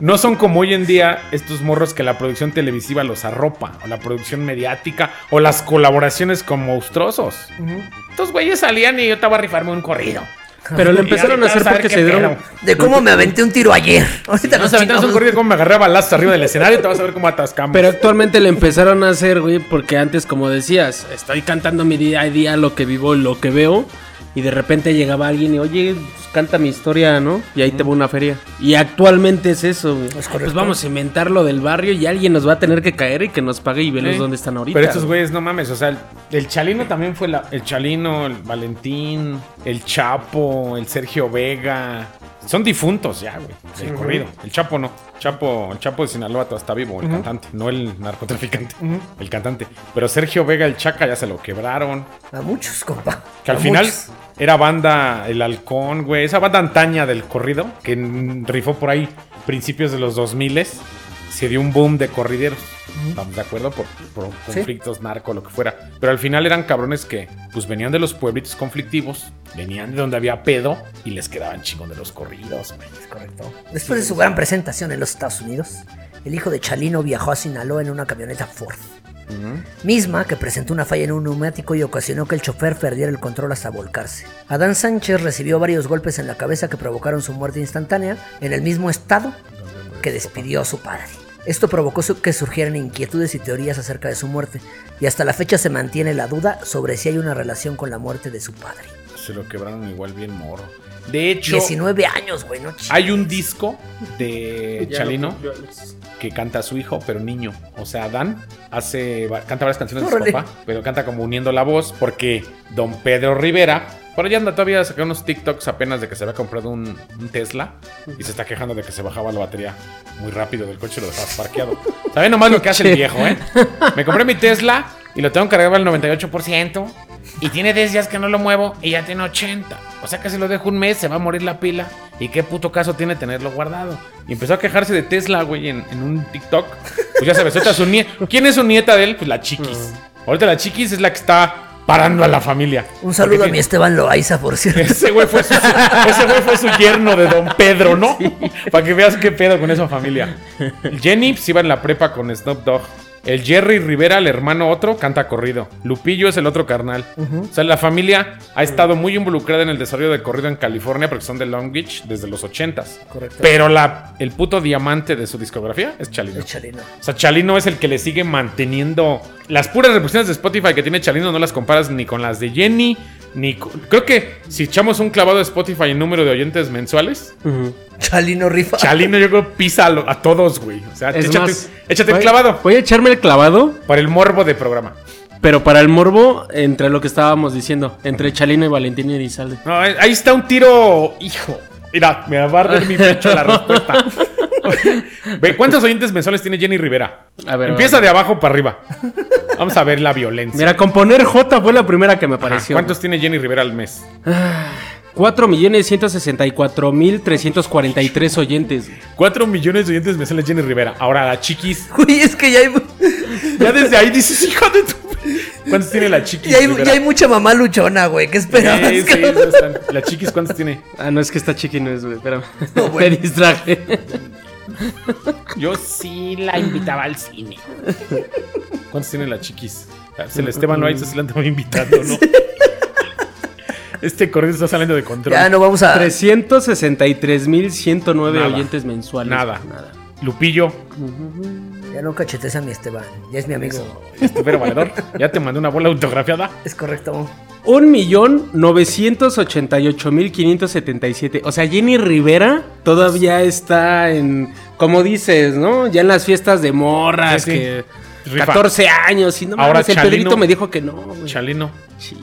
No son como hoy en día estos morros que la producción televisiva los arropa, o la producción mediática, o las colaboraciones con monstruosos. Estos güeyes salían y yo estaba a rifarme un corrido. Pero lo Y empezaron a ahorita hacer vas a ver porque qué se dieron. pedo. De cómo me aventé un tiro ayer. Ahorita No nos se aventaron un chingamos. corrido como me agarraba lazos arriba del escenario, te vas a ver cómo atascamos. Pero actualmente le empezaron a hacer, güey, porque antes, como decías, estoy cantando mi día a día, lo que vivo, lo que veo. Y de repente llegaba alguien y, oye, pues, canta mi historia, ¿no? Y ahí te va una feria. Y actualmente es eso, güey. Es correcto. pues vamos a inventar lo del barrio y alguien nos va a tener que caer y que nos pague y venos Sí. dónde están ahorita. Pero estos güeyes, no mames, o sea, el, el Chalino también fue la, el Chalino, el Valentín, el Chapo, el Sergio Vega. Son difuntos ya, güey. El corrido. El Chapo no. Chapo, el Chapo de Sinaloa todavía está vivo, el cantante, no el narcotraficante. El cantante. Pero Sergio Vega, el Chaca, ya se lo quebraron. A muchos, compa. Que al A final muchos. era banda El Halcón, güey. Esa banda antaña del corrido, que mm, rifó por ahí principios de los 2000 se dio un boom de corrideros. Estamos de acuerdo por, por conflictos, narco, lo que fuera. Pero al final eran cabrones que pues venían de los pueblitos conflictivos, venían de donde había pedo y les quedaban chingón de los corridos. güey. Es correcto. Después de su gran presentación en los Estados Unidos, el hijo de Chalino viajó a Sinaloa en una camioneta Ford. Misma que presentó una falla en un neumático y ocasionó que el chofer perdiera el control hasta volcarse. Adán Sánchez recibió varios golpes en la cabeza que provocaron su muerte instantánea en el mismo estado que despidió a su padre. Esto provocó su- que surgieran inquietudes y teorías acerca de su muerte, y hasta la fecha se mantiene la duda sobre si hay una relación con la muerte de su padre. Se lo quebraron igual bien morro. De hecho, 19 años, güey, no ch- hay un disco de Chalino. que canta a su hijo, pero niño. O sea, Dan hace, va- canta varias canciones de Órale. su papá, pero canta como uniendo la voz porque don Pedro Rivera, por allá anda todavía sacó unos TikToks apenas de que se había comprado un, un Tesla y se está quejando de que se bajaba la batería muy rápido del coche y lo dejaba parqueado. ¿Saben nomás lo que hace el viejo, eh? Me compré mi Tesla y lo tengo cargado al 98% y tiene 10 días que no lo muevo y ya tiene 80. O sea que si lo dejo un mes se va a morir la pila. ¿Y qué puto caso tiene tenerlo guardado? Y empezó a quejarse de Tesla, güey, en, en un TikTok. Pues ya se besó a su nieta. ¿Quién es su nieta de él? Pues la chiquis. Ahorita la chiquis es la que está parando a la familia. Un saludo a Porque mi Esteban Loaiza, por cierto. ese güey fue su, ese güey fue su yerno de Don Pedro, ¿no? Para que veas qué pedo con esa familia. El Jenny pues, iba en la prepa con Snoop Dogg. El Jerry Rivera, el hermano otro, canta corrido. Lupillo es el otro carnal. O sea, la familia ha estado muy involucrada en el desarrollo de corrido en California porque son de Long Beach desde los 80s. Correcto. Pero la, el puto diamante de su discografía es Chalino. De Chalino. O sea, Chalino es el que le sigue manteniendo. Las puras reproducciones de Spotify que tiene Chalino no las comparas ni con las de Jenny, ni co- Creo que si echamos un clavado de Spotify en número de oyentes mensuales, Chalino rifa. Chalino yo creo pisa a, lo- a todos, güey. O sea, Es échate, más, échate un voy- clavado. Voy a echarme el clavado, Por el morbo de programa. pero para el morbo, entre lo que estábamos diciendo, entre Chalino y Valentín Elizalde. No, ahí ahí está un tiro, hijo. Mira, me va a arder mi pecho la respuesta. Ve, ¿Cuántos oyentes mensuales tiene Jenny Rivera? A ver, Empieza a de abajo para arriba. Vamos a ver la violencia. Mira, componer J fue la primera que me Ajá, apareció. ¿Cuántos tiene Jenny Rivera al mes? 4.164.343 oyentes. 4 millones de oyentes me sale Jenny Rivera. Ahora la chiquis. Güey, es que ya hay, Ya desde ahí dices, hija de tu. ¿Cuántos tiene la chiquis? ya hay, Rivera? ya hay mucha mamá luchona, güey. ¿Qué esperabas? Sí, sí, cabrón? no están. ¿La chiquis cuántos tiene? Ah, no, es que está chiqui, no es, güey. Espérame. No, güey. Me distraje. Yo sí la invitaba al cine. ¿Cuántos tiene la chiquis? Ah, Se la Esteban Loaiza se la andaba invitando, ¿no? Este corrido está saliendo de control. ya no vamos a. 363.109 Nada. oyentes mensuales. Nada. Lupillo, Ya no cachetes a mi Esteban. Ya es mi amigo. este pero valedor, ya te mandé una bola autografiada. Es correcto. 1.988.577. O sea, Jenny Rivera todavía está en, como dices, ¿no? Ya en las fiestas de morras, Sí, sí. que Rifa. 14 años. Y no Ahora mames, el Chalino- Pedrito me dijo que no. güey. Chalino, Sí.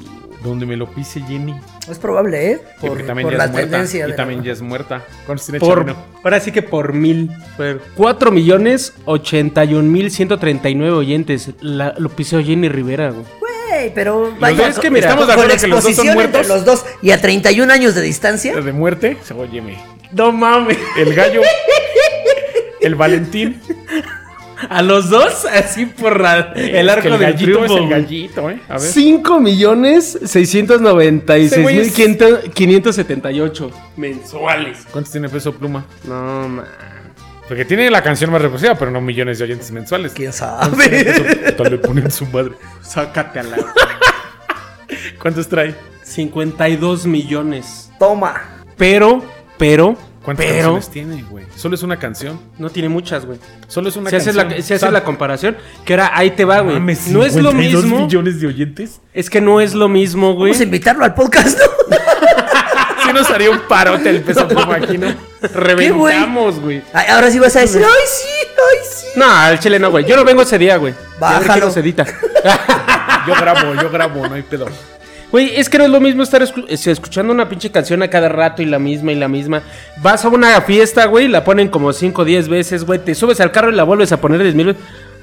donde me lo pise Jenny. Es probable, ¿eh? Y Por, porque también por ya la es muerta. tendencia. Y de- también ya es muerta. ¿Cuántos tiene Por, Chalino? ahora sí que por mil. Cuatro millones ochenta y un mil ciento treinta y nueve oyentes. La, lo pisó Jenny Rivera, güey. Güey, pero. dos es que mira, estamos de con la acuerdo que los dos son exposición entre muertos. los dos y a 31 años de distancia. de muerte. Se óyeme. No mames. El gallo. El Valentín. A los dos, así por la- el Es arco que el del gallito triunfo. es el güey. gallito, ¿eh? A ver. 5 millones seiscientos noventa y Ese seis güey mil es- quinientos- quinientos setenta y ocho mensuales. ¿Cuántos tiene peso pluma? No, man. Porque tiene la canción más reproducida, pero no millones de oyentes mensuales. ¿Quién sabe? Eso, tal le ponen su madre. Sácate a la. ¿Cuántos trae? 52 millones. Toma. Pero, pero, ¿Cuántas pero. canciones tiene, güey? Solo es una canción. No tiene muchas, güey. Solo es una Si haces canción. la, si haces la comparación, que era ahí te va, güey. No es lo mismo. millones de oyentes? Es que no es lo mismo, güey. Vamos a invitarlo al podcast, ¿no? Sí nos haría un parote el peso pluma aquí, ¿no? Reventamos, güey. Ay, Ahora sí vas a decir, ¡ay, sí! ¡ay, sí! No, al chile no, güey. Yo no vengo ese día, güey. Ya a ver quién Bájalo. nos edita. Yo grabo, yo grabo, no hay pedo. Güey, es que no es lo mismo estar escu- es- escuchando una pinche canción a cada rato y la misma y la misma. Vas a una fiesta, güey, la ponen como 5 o 10 veces, güey. Te subes al carro y la vuelves a poner 10 mil veces.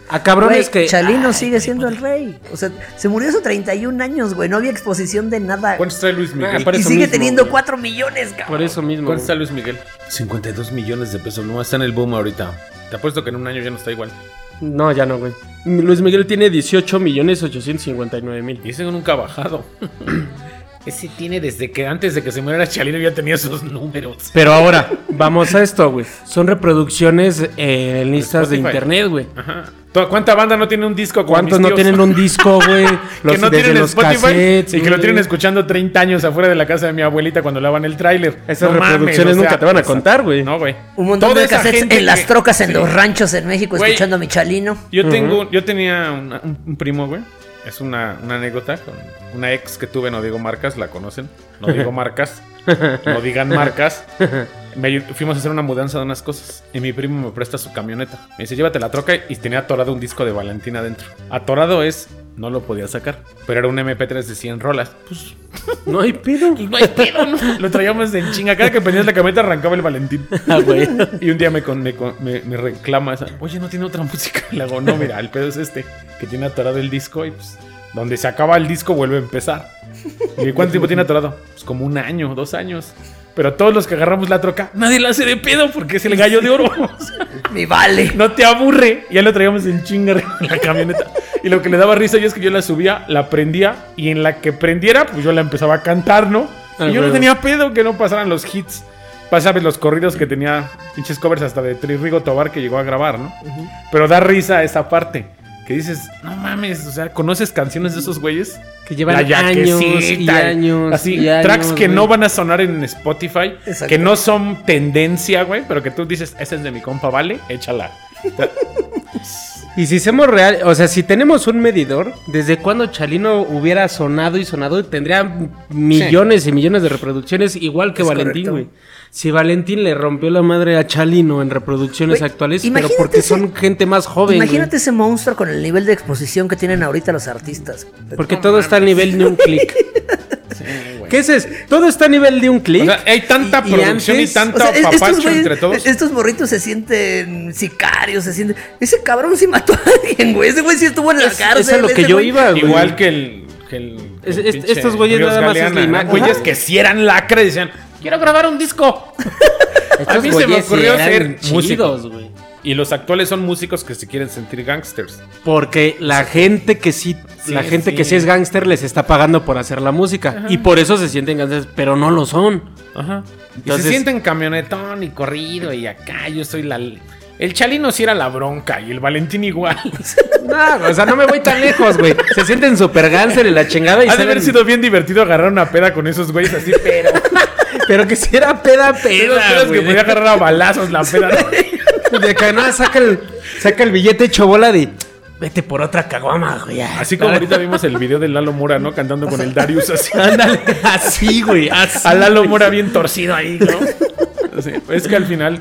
A cabrones Güey, que. Chalino sigue siendo el rey. O sea, se murió a sus 31 años, güey. No había exposición de nada. ¿Cuántos trae Luis Miguel? Ah, por y eso sigue mismo, teniendo güey. 4 millones, cabrón. Por eso mismo. güey. ¿Cuántos trae Luis Miguel? 52 millones de pesos. No está en el boom ahorita. Te apuesto que en un año ya no está igual. No, ya no, güey. Luis Miguel tiene 18 millones 859 mil. Y ese nunca ha bajado. ese tiene desde que antes de que se muriera Chalino ya tenía esos números. Pero ahora, vamos a esto, güey. Son reproducciones eh, en listas de Spotify. internet, güey. Ajá. ¿Toda- ¿Cuánta banda no tiene un disco? como ¿Cuántos no mis tíos? tienen un disco, güey? Los que no desde tienen los Spotify cassettes, y que lo güey. tienen escuchando 30 años afuera de la casa de mi abuelita cuando lavan el tráiler. Esas No mames, reproducciones o sea, nunca te van a esa- contar, güey. No, güey. Un montón Toda de esa cassettes en gente las que- trocas en Sí. los ranchos en México Güey. escuchando a mi Chalino. Yo tengo, yo tenía una- un, un primo, güey. Es una, una anécdota con una ex que tuve, no digo marcas, la conocen. No digo marcas, no digan marcas. Me ayu- fuimos a hacer una mudanza de unas cosas y mi primo me presta su camioneta. Me dice, llévate la troca y tenía atorado un disco de Valentina adentro. Atorado es, no lo podía sacar, pero era un MP3 de 100 rolas. Pues No hay pedo. No hay pedo, ¿no? lo traíamos en chinga. Cada que ponías la camioneta arrancaba el Valentín. güey. Y un día me, con- me, con- me- me reclama esa, oye, no tiene otra música. Le hago, no, mira, el pedo es este, que tiene atorado el disco y pues, donde se acaba el disco vuelve a empezar. ¿Y de cuánto tiempo tiene atorado? Pues como un año, dos años. Pero todos los que agarramos la troca, nadie la hace de pedo porque es el gallo de oro. O sea, Mi vale. no te aburre. Ya lo traíamos en chinga arriba de la camioneta. Y lo que le daba risa yo es que yo la subía, la prendía y en la que prendiera, pues yo la empezaba a cantar, ¿no? Ah, y yo no huevo. tenía pedo que no pasaran los hits. Pasabes los corridos que tenía pinches covers hasta de Rigo Tobar que llegó a grabar, ¿no? Pero da risa esa parte. Que dices, no mames, o sea, ¿conoces canciones de esos güeyes? Que llevan años y yaquecita, años. Así, y años, tracks que güey. no van a sonar en Spotify, Exacto. que no son tendencia, güey, pero que tú dices, esa es de mi compa, vale, échala. Y si somos real, o sea, si tenemos un medidor, ¿desde cuándo Chalino hubiera sonado y sonado? Tendría millones y millones de reproducciones, igual que Es Valentín, güey. correcto. Si Valentín le rompió la madre a Chalino en reproducciones Güey, actuales, pero imagínate porque ese- son gente más joven. güey. Imagínate ese monstruo con el nivel de exposición que tienen ahorita los artistas. Porque todo está al nivel de un clic. ¿Qué es eso? Todo está a nivel de un clic. O sea, hay tanta Y- y Ah, producción y antes- O tanta sea, es- estos, papacho güeyes- entre todos. estos morritos se sienten sicarios, se sienten... Ese cabrón sí mató a alguien, güey. Ese güey sí estuvo en la es, cárcel. es a lo que ese yo güey- iba, güey. Igual que el. que el- Es- el es- pinche estos güeyes Ríos nada más es la Galeana, imagen. ¿no? Güeyes Ajá. que si eran lacra y decían, quiero grabar un disco. Estos a mí se me güeyes ocurrió eran ser chidos, güey. Y los actuales son músicos que se quieren sentir gangsters. Porque la gente que sí, Sí, la gente sí. que sí es gángster les está pagando por hacer la música. Y por eso se sienten gángsters, pero no lo son. Ajá. y Entonces- se sienten camionetón y corrido y acá yo soy la. El Chalino sí era la bronca y el Valentín igual. No, o sea, no me voy tan lejos, güey. Se sienten super gángster y la chingada y ha de haber salen- sido bien divertido agarrar una peda con esos güeyes así, pero. Pero que si era peda, Esos peda, pedos que güey. podía agarrar a balazos la peda. ¿no? De que nada, saca el, saca el billete hecho bola de... Vete por otra caguama, güey. ya". Así como ahorita vimos el video de Lalo Mora, ¿no? Cantando con el Darius así. Ándale, así, güey, así. A Lalo Mora bien torcido ahí, ¿no? Sí, pues es que al final,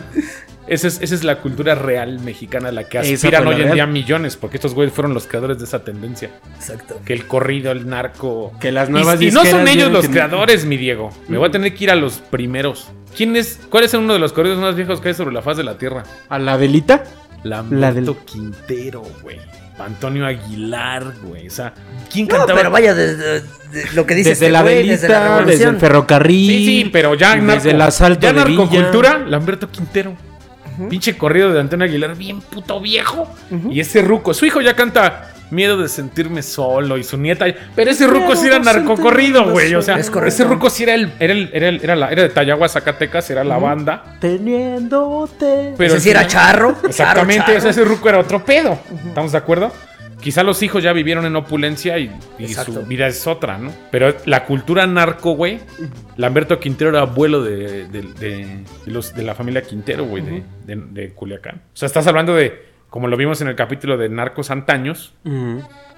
esa es, esa es la cultura real mexicana a la que Esa aspiran fue la hoy en real. día millones, porque estos güeyes fueron los creadores de esa tendencia. Exacto. Que el corrido, el narco. Que las Y- nuevas Y, no son disqueras ellos vieron los que- creadores, mi Diego. Me voy a tener que ir a los primeros. ¿Quién es? ¿Cuál es uno de los corridos más viejos que hay sobre la faz de la tierra? ¿A la velita? La del- Lamberto Quintero, güey. Antonio Aguilar, güey. O sea, ¿quién No, cantaba? pero vaya, desde desde lo que dices. este Desde la velita, desde, el ferrocarril. Sí, sí, pero ya desde narco- el asalto ya de Villa. narcocultura, Lamberto Quintero. Pinche corrido de Antonio Aguilar, bien puto viejo. Y ese ruco, su hijo ya canta miedo de sentirme solo y su nieta. Pero ese ruco sí era narcocorrido, güey. O sea, Es correcto. ese ruco sí era el, era el- era el- era la- era de Tayagua, Zacatecas, era la banda. Teniéndote. Pero Ese sí era charro. charro, Exactamente, charro. o sea, ese ruco era otro pedo. ¿Estamos de acuerdo? Quizá los hijos ya vivieron en opulencia y, y Exacto. su vida es otra, ¿no? Pero la cultura narco, güey. Lamberto Quintero era abuelo de, de- de- de los, de la familia Quintero, güey, de- de, de Culiacán. O sea, estás hablando de, como lo vimos en el capítulo de Narcos Antaños,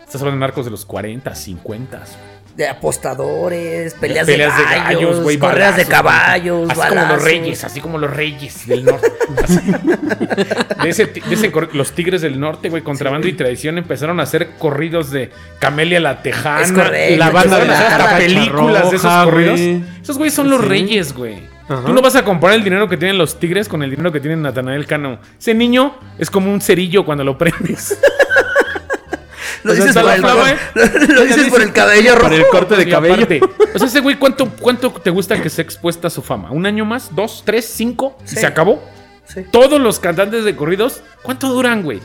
estás hablando de narcos de los 40, 50. güey. De apostadores, peleas, Peleas de de gallos, gallos, güey, correas de balazos, caballos, Así como los balazos. reyes, así como los reyes del norte. Así. De ese ti- de ese cor- los tigres del norte, güey, contrabando y traición empezaron a hacer corridos de Camelia la Tejana. Es correcto, la banda de es hasta correcto. películas de esos Roja, corridos. güey. Esos güeyes son los reyes, güey. Ajá. Tú no vas a comparar el dinero que tienen los tigres con el dinero que tiene Natanael Cano. Ese niño es como un cerillo cuando lo prendes. Lo O sea, dices, está por la el, flama, lo- lo dices por el cabello rojo. Por el corte de Y cabello. aparte, o sea, ese güey, ¿cuánto, ¿cuánto te gusta que se expuesta su fama? ¿Un año más? ¿Dos? ¿Tres? ¿Cinco? ¿Y Sí. se acabó? Sí. Todos los cantantes de corridos, ¿cuánto duran, güey?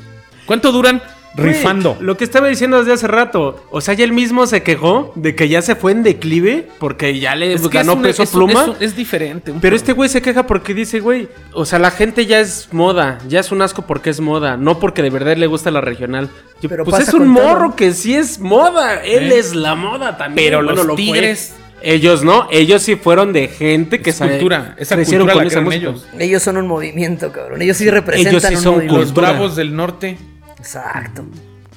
¿Cuánto duran Güey, rifando? Lo que estaba diciendo desde hace rato. O sea, ya él mismo se quejó de que ya se fue en declive porque ya le Es que ganó es un- peso es un- pluma. Es, un- es diferente. un pero poco. este güey se queja porque dice, güey, o sea, la gente ya es moda, ya es un asco porque es moda, no porque de verdad le gusta la regional. Yo, Pero pues pasa es un con todo. morro que sí es moda, él es la moda también. ¿Eh? Pero Bueno, los lo fue. Tigres- Ellos no, ellos sí fueron de gente que Es sabe- cultura, esa crecieron cultura con la esa crean música. ellos. Ellos son un movimiento, cabrón. Ellos sí representan Ellos sí un son movimiento. los cultura. bravos del norte, Exacto.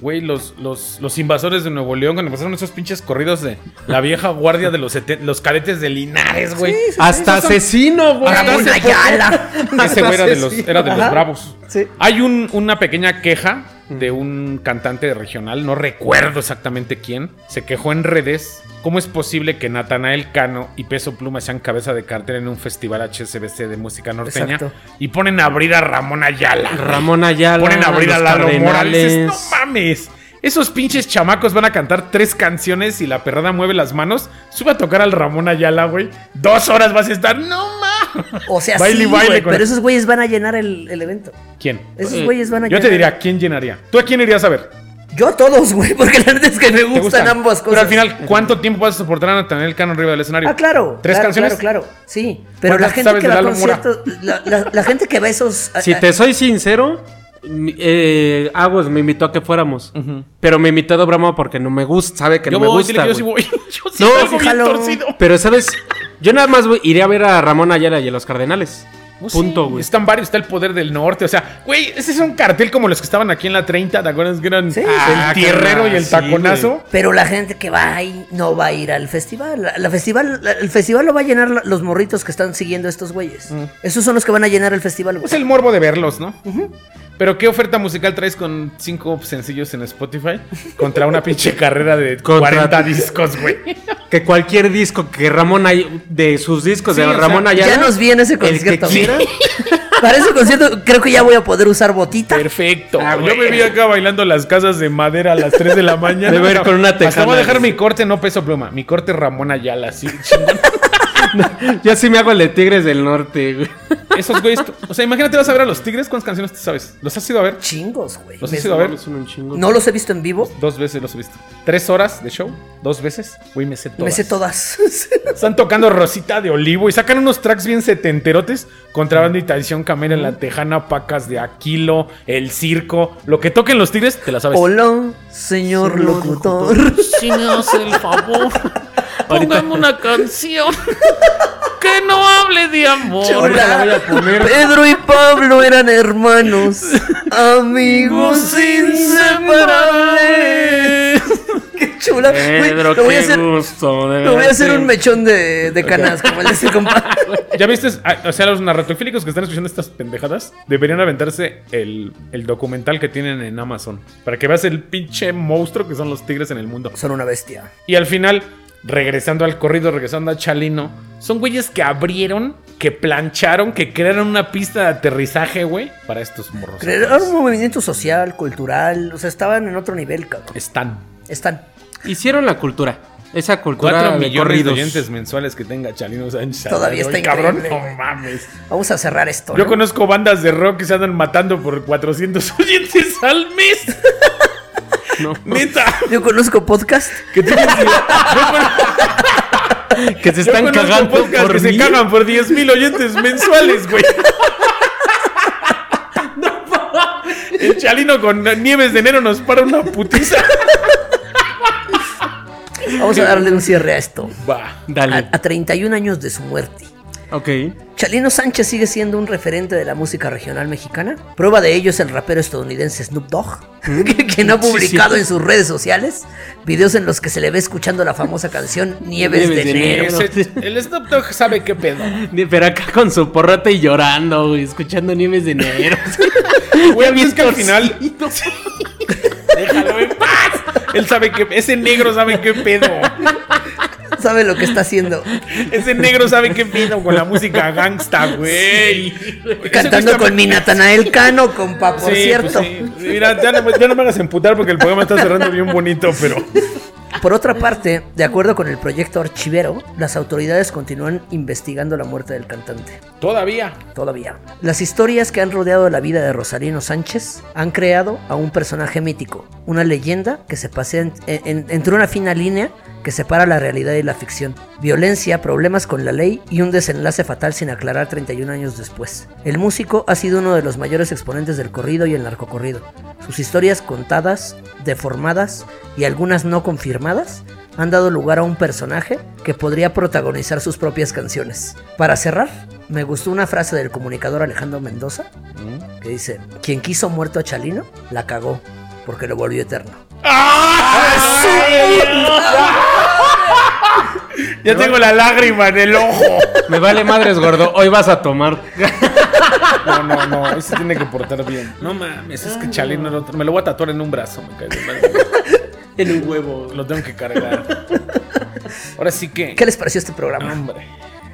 güey, los, los, los invasores de Nuevo León, cuando pasaron esos pinches corridos de la vieja guardia de los, seten- los cadetes de Linares, güey. Hasta asesino, güey. Ramón hace Ayala. Ese güey era de los, era de los Ajá. bravos. Hay un- una pequeña queja Mm. de un cantante regional, no recuerdo exactamente quién, se quejó en redes. ¿Cómo es posible que Natanael Cano y Peso Pluma sean cabeza de cartel en un festival HSBC de música norteña? Exacto. Y ponen a abrir a Ramón Ayala. Ramón Ayala, Ponen a abrir Ah, los a Lalo Morales. Dices, Cardenales. No mames. Esos pinches chamacos van a cantar tres canciones y la perrada mueve las manos. Sube a tocar al Ramón Ayala, güey. Dos horas vas a estar. ¡No mames! O sea, Baile y sí, baile güey, con- pero esos güeyes van a llenar el, el evento. ¿Quién? Esos güeyes van a Eh, Yo llenar. te diría, ¿quién llenaría? ¿Tú a quién irías a ver? Yo a todos, güey, porque la neta es que me ¿Te gustan, ambas cosas. Pero al final, ¿cuánto tiempo vas a soportar a Nathaniel Cano arriba del escenario? Ah, claro. ¿Tres claro, canciones? Claro, claro. Sí. Pero ¿Cuántas la gente sabes que de va a Lalo Mora? conciertos. La, la- la gente que va a esos. a- Si a- te soy sincero, mi- eh, Agos me invitó a que fuéramos. Pero me invitó a Brahma porque no me gusta, sabe que Yo no me voy, gusta. dile que yo sí güey. voy. Yo sí No, salgo sí, bien jalo. torcido. Pero sabes, yo nada más voy- iré a ver a Ramón Ayala y a los Cardenales. Pues Punto, sí, güey. Están varios, está el poder del norte. O sea, güey, ese es un cartel como los que estaban aquí en la 30, ¿te acuerdas? Que eran Sí. el tierrero y el Ah, sí, taconazo. güey. Pero la gente que va ahí no va a ir al festival. La, la festival la- el festival lo va a llenar la- los morritos que están siguiendo a estos güeyes. Mm. Esos son los que van a llenar el festival, güey. Pues el morbo de verlos, ¿no? Pero ¿qué oferta musical traes con cinco sencillos en Spotify contra una pinche carrera de Contra- 40 discos, güey? Que cualquier disco que Ramón Ay- de sus discos Sí, de o sea, Ramón Ayala. ya nos viene ese el que concierto. quiera. Para ese concierto creo que ya voy a poder usar botita. Perfecto. Ah, yo güey. me vi acá bailando las casas de madera a las 3 de la mañana. De ver con una Hasta tejana. voy a dejar mi corte, no peso pluma. Mi corte Ramón Ayala, así. chingón. Yo sí me hago el de Tigres del Norte, güey. Esos güeyes. tú- O sea, imagínate, vas a ver a los tigres. ¿Cuántas canciones te sabes? ¿Los has ido a ver? Chingos, güey. ¿Los Me- has ido a ver? Son un chingo. No los he visto en vivo. Dos veces los he visto. Tres horas de show, dos veces. Güey, me sé todas. Me sé todas. Están tocando Rosita de Olivo y sacan unos tracks bien setenterotes. Contrabando y traición, Camela en la Tejana, Pacas de Aquilo, El Circo. Lo que toquen los tigres, te la sabes. Hola, señor locutor. Si me hace el favor, pongan una canción que no hable de amor. Hola. Pedro y Pablo eran hermanos, amigos inseparables. Qué chula. Güey, Pedro, lo voy a qué hacer, gusto. de lo voy a verte. hacer un mechón de, de canas, como le dice compadre. ¿Ya viste? Ah, O sea, los narratofílicos que están escuchando estas pendejadas deberían aventarse el, el documental que tienen en Amazon para que veas el pinche monstruo que son los tigres en el mundo. Son una bestia. Y al final, regresando al corrido, regresando a Chalino, son güeyes que abrieron, que plancharon, que crearon una pista de aterrizaje, güey, para estos morros. Crearon un movimiento social, cultural, o sea, estaban en otro nivel, cabrón. Están. Están. Hicieron la cultura. Esa cultura Cuatro de millones de corridos. oyentes mensuales que tenga Chalino Sánchez. Todavía Ay, está cabrón. increíble, No güey. mames. Vamos a cerrar esto. Yo ¿no? conozco bandas de rock que se andan matando por 400 oyentes al mes. Neta. Yo conozco podcast. Que se están conozco cagando podcasts por que se mí. cagan por 10 mil oyentes mensuales, güey. El chalino con nieves de enero nos para una putiza. Vamos a darle un cierre a esto. Va. A, a 31 años de su muerte. Ok. Chalino Sánchez sigue siendo un referente de la música regional mexicana. Prueba de ello es el rapero estadounidense Snoop Dogg, Mm. que, que no ha publicado en sus redes sociales videos en los que se le ve escuchando la famosa canción Nieves, Nieves de de Enero. Enero. Ese- el Snoop Dogg sabe qué pedo. Pero acá con su porrota y llorando, güey, escuchando nieves de enero. Güey, es que al final. Déjalo en paz. Él sabe que. Ese negro sabe qué pedo. Sabe lo que está haciendo. Ese negro sabe qué pedo con la música gangsta, güey. Cantando con mi Natanael Cano, compa, por Sí, cierto. pues sí. Mira, ya no, ya no me hagas emputar porque el programa está cerrando bien bonito, pero. Por otra parte, de acuerdo con el proyecto Archivero, las autoridades continúan investigando la muerte del cantante. Todavía. Todavía. Las historias que han rodeado la vida de Rosalino Sánchez han creado a un personaje mítico, una leyenda que se pasea en- en- entre una fina línea que separa la realidad y la ficción. Violencia, problemas con la ley y un desenlace fatal sin aclarar 31 años después. El músico ha sido uno de los mayores exponentes del corrido y el narcocorrido. Sus historias contadas, deformadas y algunas no confirmadas han dado lugar a un personaje que podría protagonizar sus propias canciones. Para cerrar, me gustó una frase del comunicador Alejandro Mendoza que dice, quien quiso muerto a Chalino, la cagó porque lo volvió eterno. Ya tengo la lágrima en el ojo. Me vale madres, gordo. Hoy vas a tomar. No, no, no. Ese tiene que portar bien. No mames, es que Chalino era otro- Me lo voy a tatuar en un brazo, me cae de madre. En un huevo. Lo tengo que cargar. Ahora sí que. ¿Qué les pareció este programa? Hombre,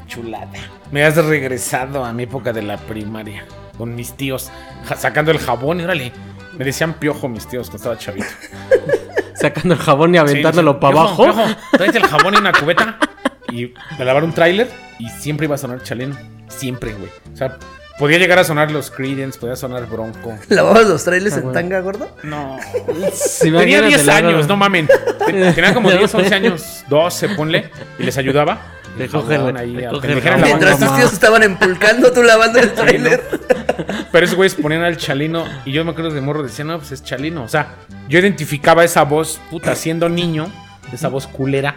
chulada. Me has regresado a mi época de la primaria con mis tíos ja- sacando el jabón y órale. Me decían piojo mis tíos cuando estaba chavito. Sacando el jabón y aventándolo Sí, para piojo, abajo. piojo, tráete el jabón y una cubeta y me lavaron un tráiler y siempre iba a sonar chaleno. Siempre, güey. O sea, podía llegar a sonar los Creedence, podía sonar Bronco. ¿Lavabas los trailers en tanga, gordo? No. Si me Tenía agarras 10 de lado, años, no mamen. Ten- Tenía como 10, 11 años, 12, ponle, y les ayudaba. Y Le coge jabón el- ahí le a coge el pendejear en la jabón. Mientras mamá. tus tíos estaban empulcando, tú lavando el trailer. Pero esos güeyes ponían al chalino. Y yo me acuerdo de morro decía, no, pues es chalino. O sea, yo identificaba esa voz, puta, siendo niño, esa voz culera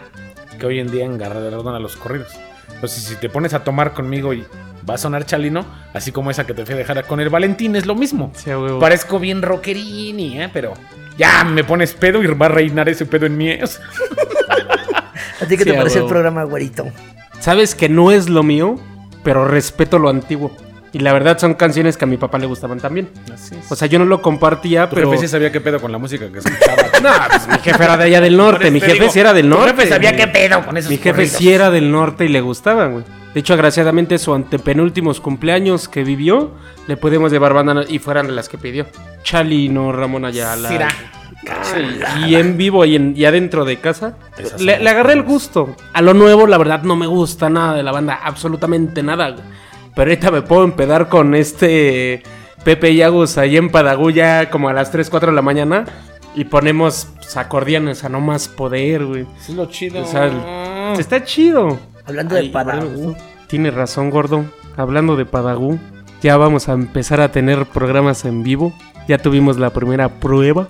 que hoy en día engarraron a los corridos. Entonces, si te pones a tomar conmigo y va a sonar chalino, así como esa que te fui a dejar con el Valentín, es lo mismo. Sí, a huevo. Parezco bien rockerini, ¿eh? Pero ya me pones pedo y va a reinar ese pedo en mí. O sea, ¿A ti qué Sí, te a pareció el huevo. programa, güerito? Sabes que no es lo mío, pero respeto lo antiguo. Y la verdad son canciones que a mi papá le gustaban también. O sea, yo no lo compartía, tu pero... jefe sí sabía qué pedo con la música que escuchaba. No, pues mi jefe era de allá del norte. Mi Te jefe digo, sí era del tu norte. jefe sabía güey. qué pedo con esos Mi jefe corridos. sí era del norte y le gustaban, güey. De hecho, agraciadamente, su antepenúltimos cumpleaños que vivió, le podemos llevar bandanas y fueran de las que pidió. Chalino, Ramón Ayala. Sira. Sí, Y en vivo y, en- y adentro de casa. Le, le agarré el gusto. A lo nuevo, la verdad, no me gusta nada de la banda. Absolutamente nada, güey. Pero ahorita me puedo empedar con este Pepe y Agus ahí en Padaguya como a las 3, 4 de la mañana. Y ponemos pues, acordeones a no más poder, güey. Es lo chido. O sea, está chido. Hablando de Padagú. Tiene razón, gordo. Hablando de Padagú, ya vamos a empezar a tener programas en vivo. Ya tuvimos la primera prueba.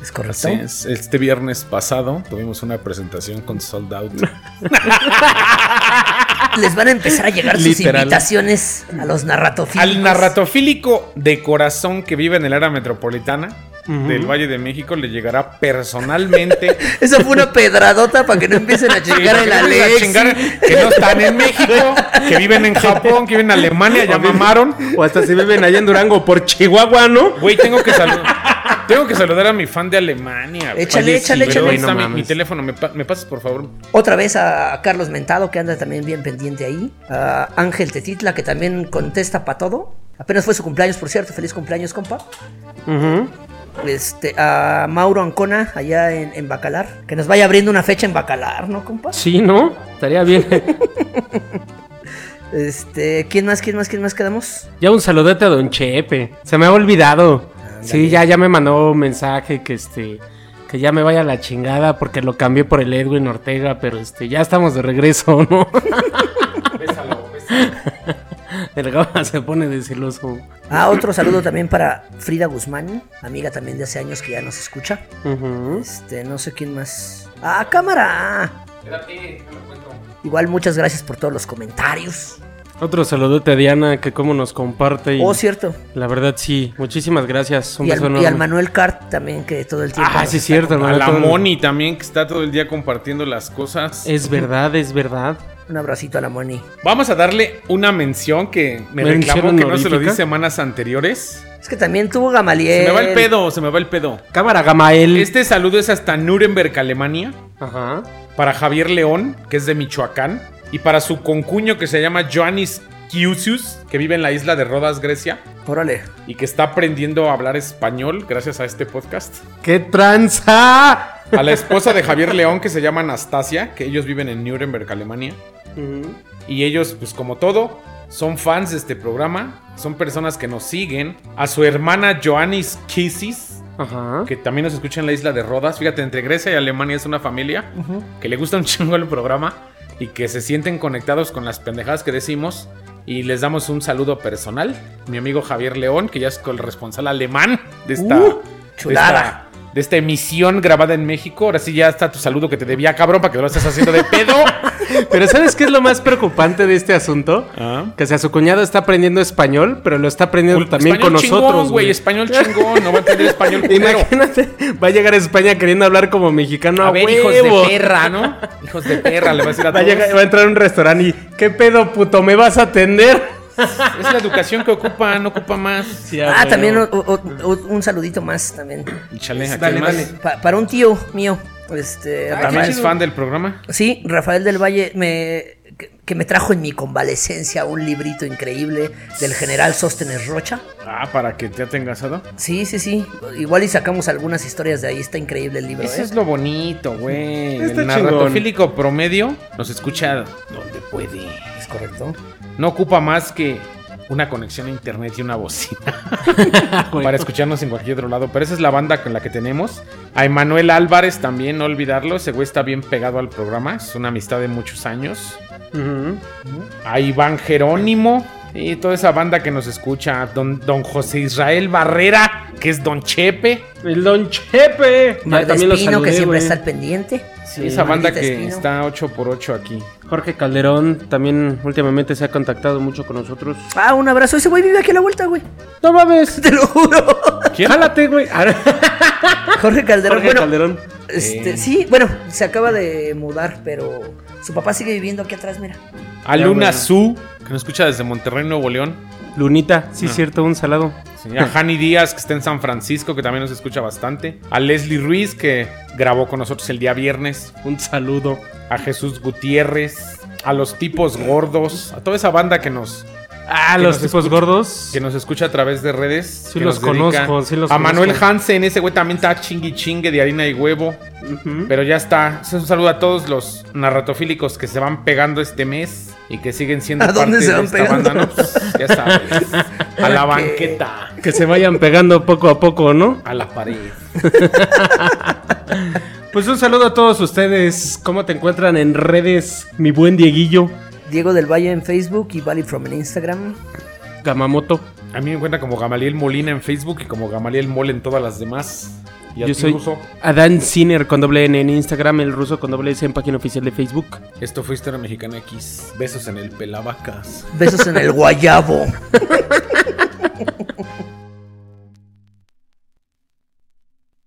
¿Es correcto? Así es. Este viernes pasado tuvimos una presentación con Sold Out. Ah, Les van a empezar a llegar sus Literal. invitaciones a los narratofílicos. Al narratofílico de corazón que vive en el área metropolitana del Valle de México le llegará personalmente. Esa fue una pedradota para que no empiecen a chingar el Para que no Alex. empiecen a chingar que no están en México, que viven en Japón, que viven en Alemania, ya mamaron. O hasta si viven allá en Durango por Chihuahua, ¿no? Güey, tengo que saludar. Tengo que saludar a mi fan de Alemania. güey. Échale, échale, pero échale. ahí está No mi- mi, mames. teléfono. ¿Me, pa- me pasas, por favor? Otra vez a Carlos Mentado, que anda también bien pendiente ahí. A Ángel Tetitla, que también contesta para todo. Apenas fue su cumpleaños, por cierto. Feliz cumpleaños, compa. Este, a Mauro Ancona, allá en, en Bacalar. Que nos vaya abriendo una fecha en Bacalar, ¿no, compa? Sí, ¿no? Estaría bien. Este, ¿quién más, quién más, quién más quedamos? ya un saludote a Don Chepe. Se me ha olvidado. Sí, ya, ya me mandó un mensaje que este. Que ya me vaya a la chingada porque lo cambié por el Edwin Ortega, pero este, ya estamos de regreso, ¿no? El Gama se pone desiluso. Ah, otro saludo también para Frida Guzmán, amiga también de hace años que ya nos escucha. Ujú. Este, no sé quién más. ¡Ah, cámara! Igual muchas gracias por todos los comentarios. Otro saludote a Diana, que como nos comparte. Y Oh, cierto. La verdad, sí. Muchísimas gracias. Un Y beso al, y enorme. al Manuel Cart también, que todo el tiempo. Ah, nos sí, es está cierto, A hermano. la todo- Moni también, que está todo el día compartiendo las cosas. Es verdad, es verdad. con- Un abracito a la Moni. Vamos a darle una mención que me Mención reclamó que no se lo di honorífica. semanas anteriores. Es que también tuvo Gamaliel. Se me va el pedo, se me va el pedo. Cámara Gamael. Este saludo es hasta Nuremberg, Alemania, Ajá. para Javier León, que es de Michoacán, y para su concuño que se llama Johannes Kiusius, que vive en la isla de Rodas, Grecia, Órale. y que está aprendiendo a hablar español gracias a este podcast. ¡Qué tranza! A la esposa de Javier León, que se llama Anastasia, que ellos viven en Nuremberg, Alemania. Y ellos, pues como todo, son fans de este programa, son personas que nos siguen. A su hermana Joannis Kissis, Ajá. que también nos escucha en la isla de Rodas. Fíjate, entre Grecia y Alemania es una familia que le gusta un chingo el programa y que se sienten conectados con las pendejadas que decimos. Y les damos un saludo personal. Mi amigo Javier León, que ya es corresponsal alemán de esta, de Uh, chulada. esta- de esta emisión grabada en México. Ahora sí ya está tu saludo que te debía, cabrón, para que no lo estés haciendo de pedo. Pero ¿sabes qué es lo más preocupante de este asunto? Ah. Que o sea, su cuñado está aprendiendo español, pero lo está aprendiendo también español con chingón, nosotros, güey. güey. Español chingón, no va a entender español culero. Imagínate, va a llegar a España queriendo hablar como mexicano. A ver, hijos huevo. de perra, ¿no? Hijos de perra, le va a decir a Va a, todos. llegar- va a entrar a un restaurante y ¿qué pedo, puto? ¿Me vas a atender? Es la educación que ocupa, no ocupa más. Ah, también o- o- o- un saludito más también. Chale, ¿a Dale, quién más? dale. Ah, Pa- para un tío mío. Este. ¿También Rafael. es fan del programa? Sí, Rafael del Valle me que, que me trajo en mi convalecencia un librito increíble del general Sóstenes Rocha. Ah, para que te haya engasado. Sí, sí, sí. Igual y sacamos algunas historias de ahí. Está increíble el libro. Eso ¿eh? es lo bonito, güey. Está El narratofílico promedio nos escucha donde puede. Es correcto. No ocupa más que una conexión a internet y una bocina para escucharnos en cualquier otro lado. Pero esa es la banda con la que tenemos. A Emanuel Álvarez también, no olvidarlo. Ese güey está bien pegado al programa. Es una amistad de muchos años. Ujú. a Iván Jerónimo y toda esa banda que nos escucha, don, don José Israel Barrera, que es don Chepe, El Don Chepe. Ah, Magda también lo Espino, saludé, que siempre güey. está al pendiente. Sí, esa banda Margarita que Espino. está 8x8 aquí. Jorge Calderón también últimamente se ha contactado mucho con nosotros. Ah, un abrazo. Ese güey vive aquí a la vuelta, güey. ¡No mames! Te lo juro. ¡Jálate, güey! Jorge Calderón. Jorge bueno, Calderón. este, sí, bueno, se acaba de mudar, pero su papá sigue viviendo aquí atrás, mira. A Ya, Luna bueno. Su, que nos escucha desde Monterrey, Nuevo León. Lunita, sí, cierto, un salado. Sí, a Jani Díaz, que está en San Francisco, que también nos escucha bastante. A Leslie Ruiz, que grabó con nosotros el día viernes. Un saludo. A Jesús Gutiérrez. A los tipos gordos. A toda esa banda que nos, Ah, Que los nos tipos escucha. gordos. que nos escucha a través de redes. Sí que los nos dedica. conozco, sí los A Manuel conozco. Hansen, ese güey también está chingui chingue de harina y huevo. Ujú. Pero ya está. Es un saludo a todos los narratofílicos que se van pegando este mes y que siguen siendo ¿A dónde se van pegando? ¿no? Pues, ya sabes. A la banqueta, Que se vayan pegando poco a poco, ¿no? a la pared. Pues un saludo a todos ustedes. ¿Cómo te encuentran en redes, mi buen Dieguillo? Diego del Valle en Facebook y Valley From en Instagram. Gamamoto. A mí me encuentra como Gamaliel Molina en Facebook y como Gamaliel Mol en todas las demás. Y a Yo ti, soy Ruso, Adán Sinner con doble N en Instagram, el ruso con doble S en página oficial de Facebook. Esto fue Historia Mexicana X. Besos en el pelavacas. Besos en el guayabo.